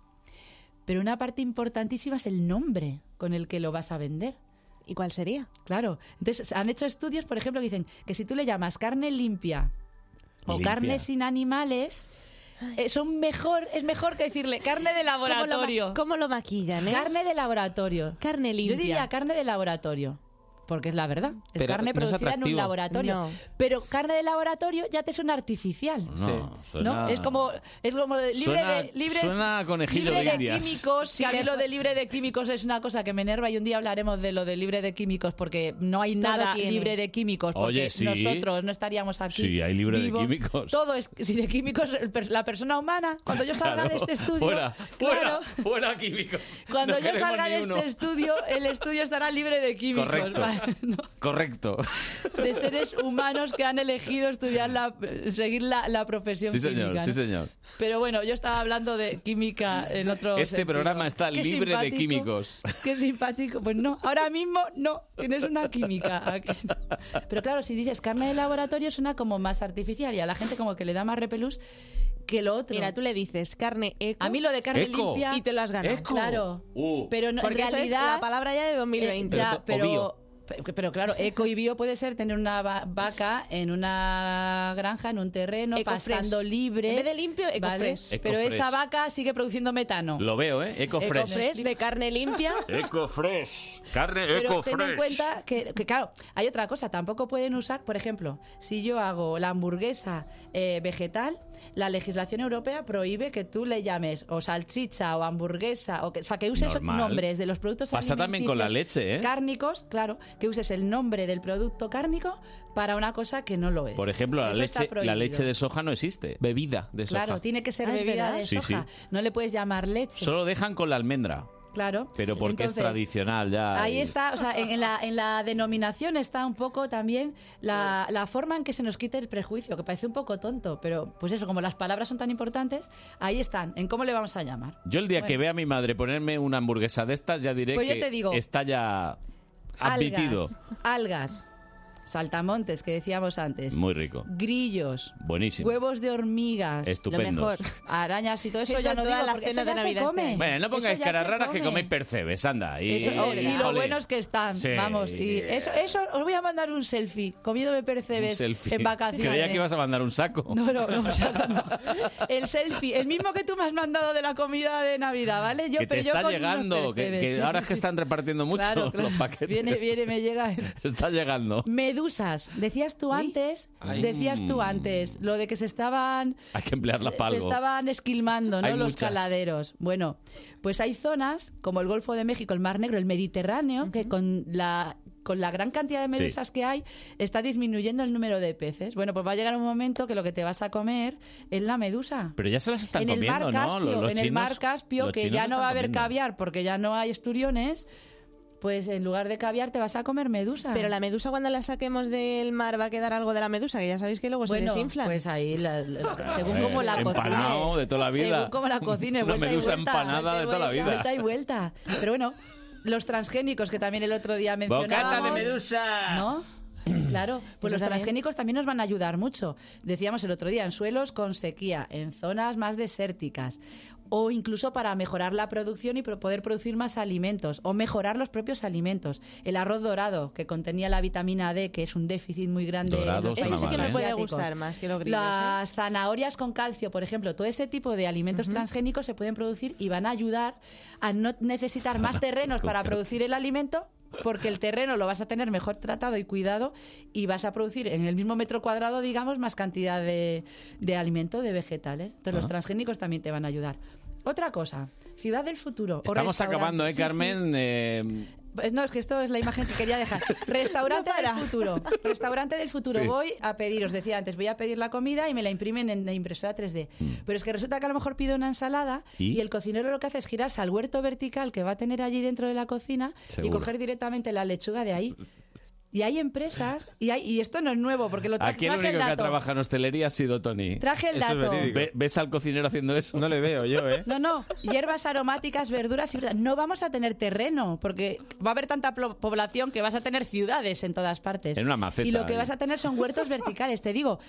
[SPEAKER 2] Pero una parte importantísima es el nombre con el que lo vas a vender.
[SPEAKER 3] ¿Y cuál sería?
[SPEAKER 2] Claro. Entonces, han hecho estudios, por ejemplo, que dicen que si tú le llamas carne limpia o
[SPEAKER 1] Limpia.
[SPEAKER 2] carne sin animales, eh, son mejor, es mejor que decirle carne de
[SPEAKER 3] ¿Cómo lo ma-
[SPEAKER 2] laboratorio.
[SPEAKER 3] ¿Cómo lo maquillan, eh?
[SPEAKER 2] Carne de laboratorio.
[SPEAKER 3] Carne limpia.
[SPEAKER 2] Yo diría carne de laboratorio. Porque es la verdad. Es
[SPEAKER 4] Pero
[SPEAKER 2] carne
[SPEAKER 4] no es
[SPEAKER 2] producida en un
[SPEAKER 4] atractivo.
[SPEAKER 2] laboratorio.
[SPEAKER 3] No.
[SPEAKER 2] Pero carne de laboratorio ya te suena artificial.
[SPEAKER 1] No,
[SPEAKER 4] Sí.
[SPEAKER 1] suena-
[SPEAKER 2] ¿No? Es como, es como de- libre
[SPEAKER 1] Suena-
[SPEAKER 2] de libre,
[SPEAKER 1] suena a conejillo
[SPEAKER 2] libre
[SPEAKER 1] de indias.
[SPEAKER 2] químicos. que a mí lo de libre de químicos es una cosa que me enerva y un día hablaremos de lo de libre de químicos porque no hay
[SPEAKER 3] Todo
[SPEAKER 2] nada
[SPEAKER 3] tiene.
[SPEAKER 2] libre de químicos porque
[SPEAKER 1] Oye, sí.
[SPEAKER 2] nosotros no estaríamos aquí.
[SPEAKER 1] Sí, hay libre de
[SPEAKER 2] vivo.
[SPEAKER 1] químicos.
[SPEAKER 2] Todo es si de químicos el per- la persona humana cuando yo salga de
[SPEAKER 1] Claro,
[SPEAKER 2] este estudio,
[SPEAKER 1] Fuera, fuera,
[SPEAKER 2] claro,
[SPEAKER 1] fuera químicos.
[SPEAKER 2] cuando
[SPEAKER 1] No
[SPEAKER 2] yo
[SPEAKER 1] queremos
[SPEAKER 2] salga
[SPEAKER 1] ni
[SPEAKER 2] de
[SPEAKER 1] uno.
[SPEAKER 2] este estudio, el estudio estará libre de químicos.
[SPEAKER 1] Correcto.
[SPEAKER 2] ¿vale? ¿No?
[SPEAKER 1] Correcto.
[SPEAKER 2] de seres humanos que han elegido estudiar la, seguir la, la profesión
[SPEAKER 1] Sí, señor,
[SPEAKER 2] química,
[SPEAKER 1] sí,
[SPEAKER 2] ¿no?
[SPEAKER 1] señor.
[SPEAKER 2] Pero bueno, yo estaba hablando de química en otro
[SPEAKER 1] Este
[SPEAKER 2] sentido.
[SPEAKER 1] programa está
[SPEAKER 2] Qué
[SPEAKER 1] libre de
[SPEAKER 2] simpático,
[SPEAKER 1] químicos.
[SPEAKER 2] Qué simpático. Pues no, ahora mismo no, tienes una química. [laughs] aquí. Pero claro, si dices carne de laboratorio suena como más artificial y a la gente como que le da más repelús que lo otro.
[SPEAKER 3] Mira, tú le dices carne eco.
[SPEAKER 2] A mí lo de carne
[SPEAKER 1] Eco.
[SPEAKER 2] limpia...
[SPEAKER 3] Y te lo has ganado.
[SPEAKER 2] Claro.
[SPEAKER 1] Uh.
[SPEAKER 2] Pero no, en
[SPEAKER 3] Porque
[SPEAKER 2] realidad...
[SPEAKER 3] eso es la palabra ya de
[SPEAKER 2] eh,
[SPEAKER 3] 2020.
[SPEAKER 2] ya,
[SPEAKER 4] Pero tú- o
[SPEAKER 2] pero...
[SPEAKER 4] bio.
[SPEAKER 2] Pe- Pero claro, eco y bio puede ser tener una va- vaca en una granja, en un terreno,
[SPEAKER 3] Ecofresh.
[SPEAKER 2] pastando libre.
[SPEAKER 3] En vez de limpio,
[SPEAKER 2] ¿vale?
[SPEAKER 3] ecofresh.
[SPEAKER 1] Ecofresh.
[SPEAKER 2] Pero esa vaca sigue produciendo metano.
[SPEAKER 1] Lo veo, ¿eh? Ecofresh.
[SPEAKER 2] Ecofresh.
[SPEAKER 3] de
[SPEAKER 1] [laughs]
[SPEAKER 3] carne limpia.
[SPEAKER 1] Ecofresh. Carne
[SPEAKER 2] Pero ten en
[SPEAKER 1] Ecofresh.
[SPEAKER 2] cuenta que, que, claro, hay otra cosa. Tampoco pueden usar, por ejemplo, si yo hago la hamburguesa eh, vegetal, la legislación europea prohíbe que tú le llames o salchicha o hamburguesa, o, que, o sea, que uses
[SPEAKER 1] Normal.
[SPEAKER 2] nombres de los productos
[SPEAKER 1] Pasa también con la
[SPEAKER 2] alimenticios
[SPEAKER 1] leche, ¿eh?
[SPEAKER 2] Cárnicos, claro, que uses el nombre del producto cárnico para una cosa que no lo es.
[SPEAKER 1] Por ejemplo, la
[SPEAKER 2] Eso está
[SPEAKER 1] leche, la
[SPEAKER 2] prohibido.
[SPEAKER 1] leche de soja no existe.
[SPEAKER 4] Bebida de soja.
[SPEAKER 2] Claro, tiene que ser
[SPEAKER 3] Ah, ¿es
[SPEAKER 2] bebida
[SPEAKER 3] verdad?
[SPEAKER 2] de
[SPEAKER 1] Sí,
[SPEAKER 2] soja. No le puedes llamar leche,
[SPEAKER 1] Solo dejan con la almendra.
[SPEAKER 2] claro.
[SPEAKER 1] Pero porque es
[SPEAKER 2] Entonces,
[SPEAKER 1] tradicional ya.
[SPEAKER 2] Ahí
[SPEAKER 1] y-
[SPEAKER 2] está, o sea, en, en la, en la denominación está un poco también la, la forma en que se nos quite el prejuicio, que parece un poco tonto, pero pues eso, como las palabras son tan importantes, ahí están, en cómo le vamos a llamar.
[SPEAKER 1] Yo el día que
[SPEAKER 2] Bueno.
[SPEAKER 1] vea a mi madre ponerme una hamburguesa de estas, ya diré
[SPEAKER 2] Pues yo
[SPEAKER 1] que
[SPEAKER 2] te digo,
[SPEAKER 1] está ya admitido.
[SPEAKER 2] Algas, algas, saltamontes, que decíamos antes,
[SPEAKER 1] Muy rico.
[SPEAKER 2] grillos,
[SPEAKER 1] Buenísimo.
[SPEAKER 2] huevos de hormigas,
[SPEAKER 1] Estupendo.
[SPEAKER 3] Lo mejor.
[SPEAKER 2] arañas y todo eso,
[SPEAKER 3] Eso
[SPEAKER 2] ya no
[SPEAKER 3] toda
[SPEAKER 2] digo,
[SPEAKER 3] la
[SPEAKER 2] porque eso
[SPEAKER 3] cena de
[SPEAKER 2] ya se
[SPEAKER 3] Navidad este está
[SPEAKER 2] come.
[SPEAKER 3] ahí.
[SPEAKER 1] Bueno, no
[SPEAKER 2] Eso
[SPEAKER 1] pongáis
[SPEAKER 2] ya
[SPEAKER 1] caras
[SPEAKER 2] se
[SPEAKER 1] raras que
[SPEAKER 2] come.
[SPEAKER 1] coméis percebes, anda. Y,
[SPEAKER 2] Eso- oh, y lo
[SPEAKER 1] Jolín.
[SPEAKER 2] buenos que están,
[SPEAKER 1] Sí.
[SPEAKER 2] vamos. Y eso, eso, os voy a mandar un selfie, comiéndome
[SPEAKER 1] Un
[SPEAKER 2] percebes
[SPEAKER 1] selfie.
[SPEAKER 2] en vacaciones.
[SPEAKER 1] Creía [laughs] que ibas a mandar un saco.
[SPEAKER 2] No, no, no, o sea, no. El selfie, el mismo que tú me has mandado de la comida de Navidad, ¿vale? Yo,
[SPEAKER 1] que te
[SPEAKER 2] pero yo
[SPEAKER 1] está
[SPEAKER 2] con
[SPEAKER 1] llegando,
[SPEAKER 2] unos
[SPEAKER 1] que,
[SPEAKER 2] percebes.
[SPEAKER 1] que
[SPEAKER 2] Sí,
[SPEAKER 1] ahora
[SPEAKER 2] sí,
[SPEAKER 1] es que
[SPEAKER 2] sí.
[SPEAKER 1] están repartiendo mucho [laughs]
[SPEAKER 2] Claro, claro.
[SPEAKER 1] los paquetes.
[SPEAKER 2] Viene, viene, me llega. el-
[SPEAKER 1] Está llegando.
[SPEAKER 2] Medusas, decías tú antes,
[SPEAKER 1] Ay.
[SPEAKER 2] decías tú
[SPEAKER 1] Mm.
[SPEAKER 2] antes, lo de que se estaban
[SPEAKER 1] Hay que emplearla para
[SPEAKER 2] se
[SPEAKER 1] algo.
[SPEAKER 2] estaban esquilmando, ¿no?
[SPEAKER 1] Hay
[SPEAKER 2] Los
[SPEAKER 1] muchas.
[SPEAKER 2] caladeros. Bueno, pues hay zonas como el Golfo de México, el Mar Negro, el Mediterráneo, que con la con la gran cantidad de medusas que hay, está disminuyendo el número de peces. Bueno, pues va a llegar un momento que lo que te vas a comer es la medusa.
[SPEAKER 1] Pero ya se las están
[SPEAKER 2] en el
[SPEAKER 1] comiendo,
[SPEAKER 2] mar
[SPEAKER 1] ¿no?
[SPEAKER 2] Caspio,
[SPEAKER 1] Los, los
[SPEAKER 2] en
[SPEAKER 1] chinos,
[SPEAKER 2] el mar Caspio
[SPEAKER 1] los
[SPEAKER 2] que
[SPEAKER 1] chinos
[SPEAKER 2] ya
[SPEAKER 1] se
[SPEAKER 2] no va a
[SPEAKER 1] están
[SPEAKER 2] haber
[SPEAKER 1] comiendo.
[SPEAKER 2] caviar porque ya no hay esturiones, pues en lugar de caviar te vas a comer medusa.
[SPEAKER 3] Pero la medusa cuando la saquemos del mar va a quedar algo de la medusa, que ya sabéis que luego se
[SPEAKER 2] bueno,
[SPEAKER 3] desinflan.
[SPEAKER 2] pues ahí,
[SPEAKER 1] [laughs]
[SPEAKER 2] la- la- según
[SPEAKER 1] Eh,
[SPEAKER 2] como la
[SPEAKER 1] empanao
[SPEAKER 2] cocine.
[SPEAKER 1] de toda la vida.
[SPEAKER 2] Según como la cocine,
[SPEAKER 1] Una
[SPEAKER 2] vuelta y
[SPEAKER 1] medusa
[SPEAKER 2] vuelta.
[SPEAKER 1] empanada
[SPEAKER 2] vuelta y
[SPEAKER 1] de toda la
[SPEAKER 2] vuelta,
[SPEAKER 1] vida.
[SPEAKER 2] Vuelta y vuelta. Pero bueno, los transgénicos que también el otro día mencionábamos.
[SPEAKER 1] medusa!
[SPEAKER 2] ¿No?
[SPEAKER 1] [clears throat]
[SPEAKER 2] Claro, pues
[SPEAKER 3] Eso
[SPEAKER 2] los
[SPEAKER 3] también.
[SPEAKER 2] transgénicos también nos van a ayudar mucho. Decíamos el otro día, en suelos con sequía, en zonas más desérticas, o incluso para mejorar la producción y pro- poder producir más alimentos, o mejorar los propios alimentos. El arroz dorado, que contenía la vitamina D, que es un déficit muy grande. en
[SPEAKER 1] Dorado
[SPEAKER 2] los
[SPEAKER 1] suena
[SPEAKER 3] Eso sí que
[SPEAKER 1] mal,
[SPEAKER 3] me
[SPEAKER 1] ¿eh?
[SPEAKER 3] puede
[SPEAKER 2] asiáticos.
[SPEAKER 3] gustar más que los grillos. ¿eh?
[SPEAKER 2] Las zanahorias con calcio, por ejemplo, todo ese tipo de alimentos transgénicos se pueden producir y van a ayudar a no necesitar más terrenos
[SPEAKER 1] con
[SPEAKER 2] para
[SPEAKER 1] calcio.
[SPEAKER 2] producir el alimento. Porque el terreno lo vas a tener mejor tratado y cuidado y vas a producir en el mismo metro cuadrado, digamos, más cantidad de, de alimento, de vegetales. Entonces los
[SPEAKER 1] Ah.
[SPEAKER 2] transgénicos también te van a ayudar. Otra cosa, ciudad del futuro. o
[SPEAKER 1] Estamos
[SPEAKER 2] restaurante.
[SPEAKER 1] acabando, ¿eh,
[SPEAKER 2] Sí, sí.
[SPEAKER 1] Carmen? Eh,
[SPEAKER 2] Pues no, es que esto es la imagen que quería dejar. Restaurante
[SPEAKER 3] [laughs] No para.
[SPEAKER 2] del futuro. Restaurante del futuro.
[SPEAKER 1] Sí.
[SPEAKER 2] Voy a pedir, os decía antes, voy a pedir la comida y me la imprimen en la impresora 3D. Pero es que resulta que a lo mejor pido una ensalada
[SPEAKER 1] Mm. ¿Y?
[SPEAKER 2] ¿Y? el cocinero lo que hace es girarse al huerto vertical que va a tener allí dentro de la cocina
[SPEAKER 1] Seguro.
[SPEAKER 2] y coger directamente la lechuga de ahí. Y hay empresas, y, hay, y esto no es nuevo, porque lo tra-
[SPEAKER 1] Aquí el único
[SPEAKER 2] traje el
[SPEAKER 1] que ha
[SPEAKER 2] dato.
[SPEAKER 1] trabajado en hostelería ha sido Tony.
[SPEAKER 2] traje el
[SPEAKER 4] Eso es
[SPEAKER 2] dato.
[SPEAKER 4] verídico.
[SPEAKER 1] Ve- ¿Ves al cocinero haciendo eso?
[SPEAKER 4] No le veo yo, ¿eh?
[SPEAKER 2] No, no, hierbas aromáticas, verduras y frutas. No vamos a tener terreno, porque va a haber tanta plo- población que vas a tener ciudades en todas partes.
[SPEAKER 1] En una maceta,
[SPEAKER 2] Y lo que
[SPEAKER 1] ahí.
[SPEAKER 2] vas a tener son huertos verticales. Te digo,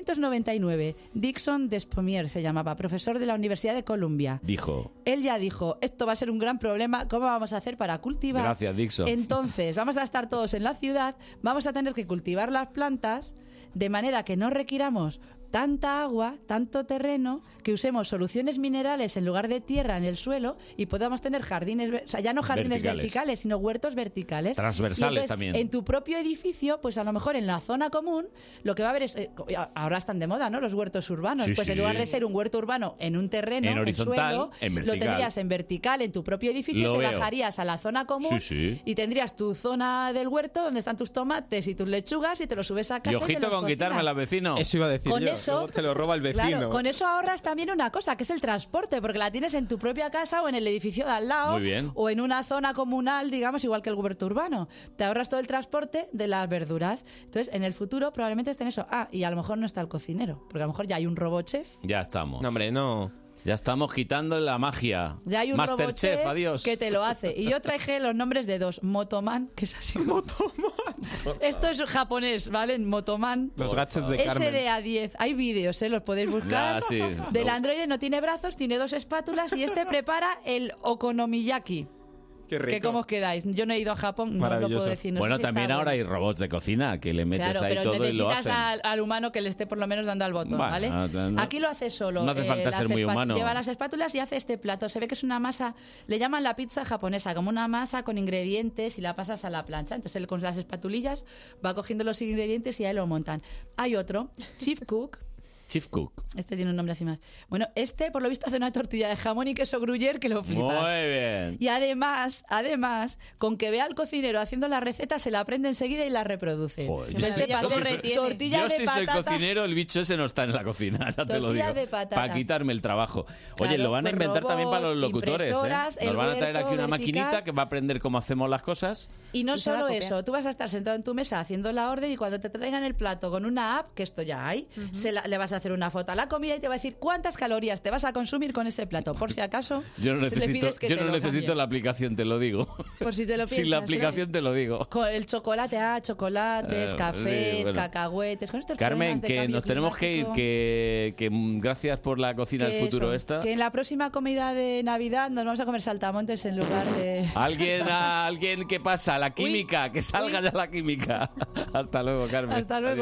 [SPEAKER 2] 1999, Dixon Despomier se llamaba, profesor de la Universidad de Columbia.
[SPEAKER 1] Dijo.
[SPEAKER 2] Él ya dijo, esto va a ser un gran problema, ¿cómo vamos a hacer para cultivar?
[SPEAKER 1] Gracias, Dixon.
[SPEAKER 2] Entonces, vamos a estar todos en la ciudad, vamos a tener que cultivar las plantas de manera que no requiramos tanta agua, tanto terreno, que usemos soluciones minerales en lugar de tierra en el suelo y podamos tener jardines, ver- o sea, ya no jardines
[SPEAKER 1] Verticales.
[SPEAKER 2] verticales, sino huertos verticales.
[SPEAKER 1] Transversales
[SPEAKER 2] Y entonces,
[SPEAKER 1] también.
[SPEAKER 2] En tu propio edificio, pues a lo mejor en la zona común, lo que va a haber es, eh, co- a- ahora están de moda, ¿no? Los huertos urbanos.
[SPEAKER 1] Sí,
[SPEAKER 2] pues en
[SPEAKER 1] sí.
[SPEAKER 2] lugar de ser un huerto urbano en un terreno,
[SPEAKER 1] En horizontal,
[SPEAKER 2] suelo,
[SPEAKER 1] en
[SPEAKER 2] lo
[SPEAKER 1] vertical.
[SPEAKER 2] tendrías en vertical en tu propio edificio,
[SPEAKER 1] Lo
[SPEAKER 2] te
[SPEAKER 1] veo.
[SPEAKER 2] bajarías a la zona común
[SPEAKER 1] Sí, sí.
[SPEAKER 2] y tendrías tu zona del huerto donde están tus tomates y tus lechugas y te los subes a casa.
[SPEAKER 1] Y
[SPEAKER 2] y te
[SPEAKER 1] ojito
[SPEAKER 2] los
[SPEAKER 1] con
[SPEAKER 2] cocinas.
[SPEAKER 1] quitármela, vecino.
[SPEAKER 4] Eso iba a decir
[SPEAKER 2] Con
[SPEAKER 4] yo.
[SPEAKER 2] eso-
[SPEAKER 4] Luego te lo roba el vecino.
[SPEAKER 2] Claro, con e- eso ahorras también una cosa, que es el transporte, porque la tienes en tu propia casa o en el edificio de al lado
[SPEAKER 1] Muy bien.
[SPEAKER 2] o en una zona comunal, digamos, igual que el huerto urbano. Te ahorras todo el transporte de las verduras. Entonces, en el futuro probablemente estén eso. Ah, y a lo mejor no está el cocinero, porque a lo mejor ya hay un robot chef.
[SPEAKER 1] Ya estamos.
[SPEAKER 4] No, hombre, no.
[SPEAKER 1] Ya estamos quitando la magia.
[SPEAKER 2] Ya hay un
[SPEAKER 1] Masterchef,
[SPEAKER 2] Masterchef
[SPEAKER 1] adiós.
[SPEAKER 2] que te lo hace. Y yo traje los nombres de dos. Motoman, que es así. Motoman. Esto es japonés, ¿vale? En Motoman.
[SPEAKER 4] Los gadgets de Carmen.
[SPEAKER 2] SDA10. Hay vídeos, ¿eh? Los podéis buscar.
[SPEAKER 1] Ya, sí.
[SPEAKER 2] Del androide no tiene brazos, tiene dos espátulas y este prepara el okonomiyaki.
[SPEAKER 4] Qué rico.
[SPEAKER 2] que cómo os quedáis. Yo no he ido a Japón, no os lo puedo
[SPEAKER 4] Maravilloso.
[SPEAKER 2] decir. No
[SPEAKER 1] bueno,
[SPEAKER 2] sé si
[SPEAKER 1] también
[SPEAKER 2] está
[SPEAKER 1] ahora
[SPEAKER 2] bueno.
[SPEAKER 1] hay robots de cocina que le metes
[SPEAKER 2] Claro,
[SPEAKER 1] ahí
[SPEAKER 2] pero
[SPEAKER 1] todo y lo
[SPEAKER 2] necesitas
[SPEAKER 1] hacen.
[SPEAKER 2] al, al humano que le esté por lo menos dando al botón,
[SPEAKER 1] Bueno,
[SPEAKER 2] ¿vale?
[SPEAKER 1] no- no-
[SPEAKER 2] Aquí lo hace solo. eh,
[SPEAKER 1] no hace falta
[SPEAKER 2] las
[SPEAKER 1] ser muy
[SPEAKER 2] espa-
[SPEAKER 1] humano.
[SPEAKER 2] Lleva las espátulas y hace este plato. Se ve que es una masa, le llaman la pizza japonesa, como una masa con ingredientes y la pasas a la plancha. Entonces él con las espatulillas va cogiendo los ingredientes y ahí lo montan. Hay otro, Chief Cook.
[SPEAKER 1] Chief Cook.
[SPEAKER 2] Este tiene un nombre así más. Bueno, este por lo visto hace una tortilla de jamón y queso gruyer que lo flipas.
[SPEAKER 1] Muy bien.
[SPEAKER 2] Y además, además, con que vea al cocinero haciendo la receta, se la aprende enseguida y la reproduce. Pues
[SPEAKER 1] Joder,
[SPEAKER 2] Entonces,
[SPEAKER 3] yo sí-
[SPEAKER 2] pa-
[SPEAKER 3] yo sí
[SPEAKER 2] torre-
[SPEAKER 3] soy-
[SPEAKER 2] tortilla
[SPEAKER 1] yo
[SPEAKER 2] de
[SPEAKER 1] si soy
[SPEAKER 2] patata.
[SPEAKER 1] cocinero, el bicho ese no está en la cocina, [laughs] ya te lo
[SPEAKER 2] Tortilla
[SPEAKER 1] digo.
[SPEAKER 2] de patatas.
[SPEAKER 1] Para quitarme el trabajo. Oye,
[SPEAKER 2] Claro,
[SPEAKER 1] lo van a
[SPEAKER 2] pues
[SPEAKER 1] inventar también para los
[SPEAKER 2] robots,
[SPEAKER 1] locutores. ¿eh?
[SPEAKER 2] impresoras, el
[SPEAKER 1] Nos van a traer
[SPEAKER 2] huerto
[SPEAKER 1] aquí una
[SPEAKER 2] vertical.
[SPEAKER 1] maquinita que va a aprender cómo hacemos las cosas.
[SPEAKER 2] Y no
[SPEAKER 3] Y se va a
[SPEAKER 2] solo
[SPEAKER 3] copiar.
[SPEAKER 2] eso, tú vas a estar sentado en tu mesa haciendo la orden y cuando te traigan el plato con una app, que esto ya hay, se la- le vas a hacer una foto a la comida y te va a decir cuántas calorías te vas a consumir con ese plato, por si acaso
[SPEAKER 1] [laughs] Yo no
[SPEAKER 2] se le
[SPEAKER 1] necesito,
[SPEAKER 2] pides que
[SPEAKER 1] yo
[SPEAKER 2] te
[SPEAKER 1] no
[SPEAKER 2] lo
[SPEAKER 1] necesito
[SPEAKER 2] cambie.
[SPEAKER 1] la aplicación, te lo digo.
[SPEAKER 3] Por si te
[SPEAKER 1] [laughs]
[SPEAKER 3] lo
[SPEAKER 1] Sin la
[SPEAKER 3] piensas, claro.
[SPEAKER 1] aplicación te lo digo.
[SPEAKER 2] Con el chocolate, ah, chocolates,
[SPEAKER 1] Eh,
[SPEAKER 2] cafés,
[SPEAKER 1] sí, bueno.
[SPEAKER 2] cacahuetes, con estos
[SPEAKER 1] Carmen,
[SPEAKER 2] problemas de
[SPEAKER 1] que
[SPEAKER 2] cambio
[SPEAKER 1] nos tenemos que ir,
[SPEAKER 2] climático.
[SPEAKER 1] que, que, mm, gracias por la cocina del
[SPEAKER 2] que
[SPEAKER 1] futuro
[SPEAKER 2] eso,
[SPEAKER 1] esta.
[SPEAKER 2] Que en la próxima comida de Navidad nos vamos a comer saltamontes en lugar
[SPEAKER 1] [laughs]
[SPEAKER 2] de...
[SPEAKER 1] Alguien,
[SPEAKER 2] [laughs]
[SPEAKER 1] a- alguien que pasa, la química, que salga
[SPEAKER 2] uy.
[SPEAKER 1] ya la química. [laughs] Hasta luego, Carmen.
[SPEAKER 2] Hasta luego.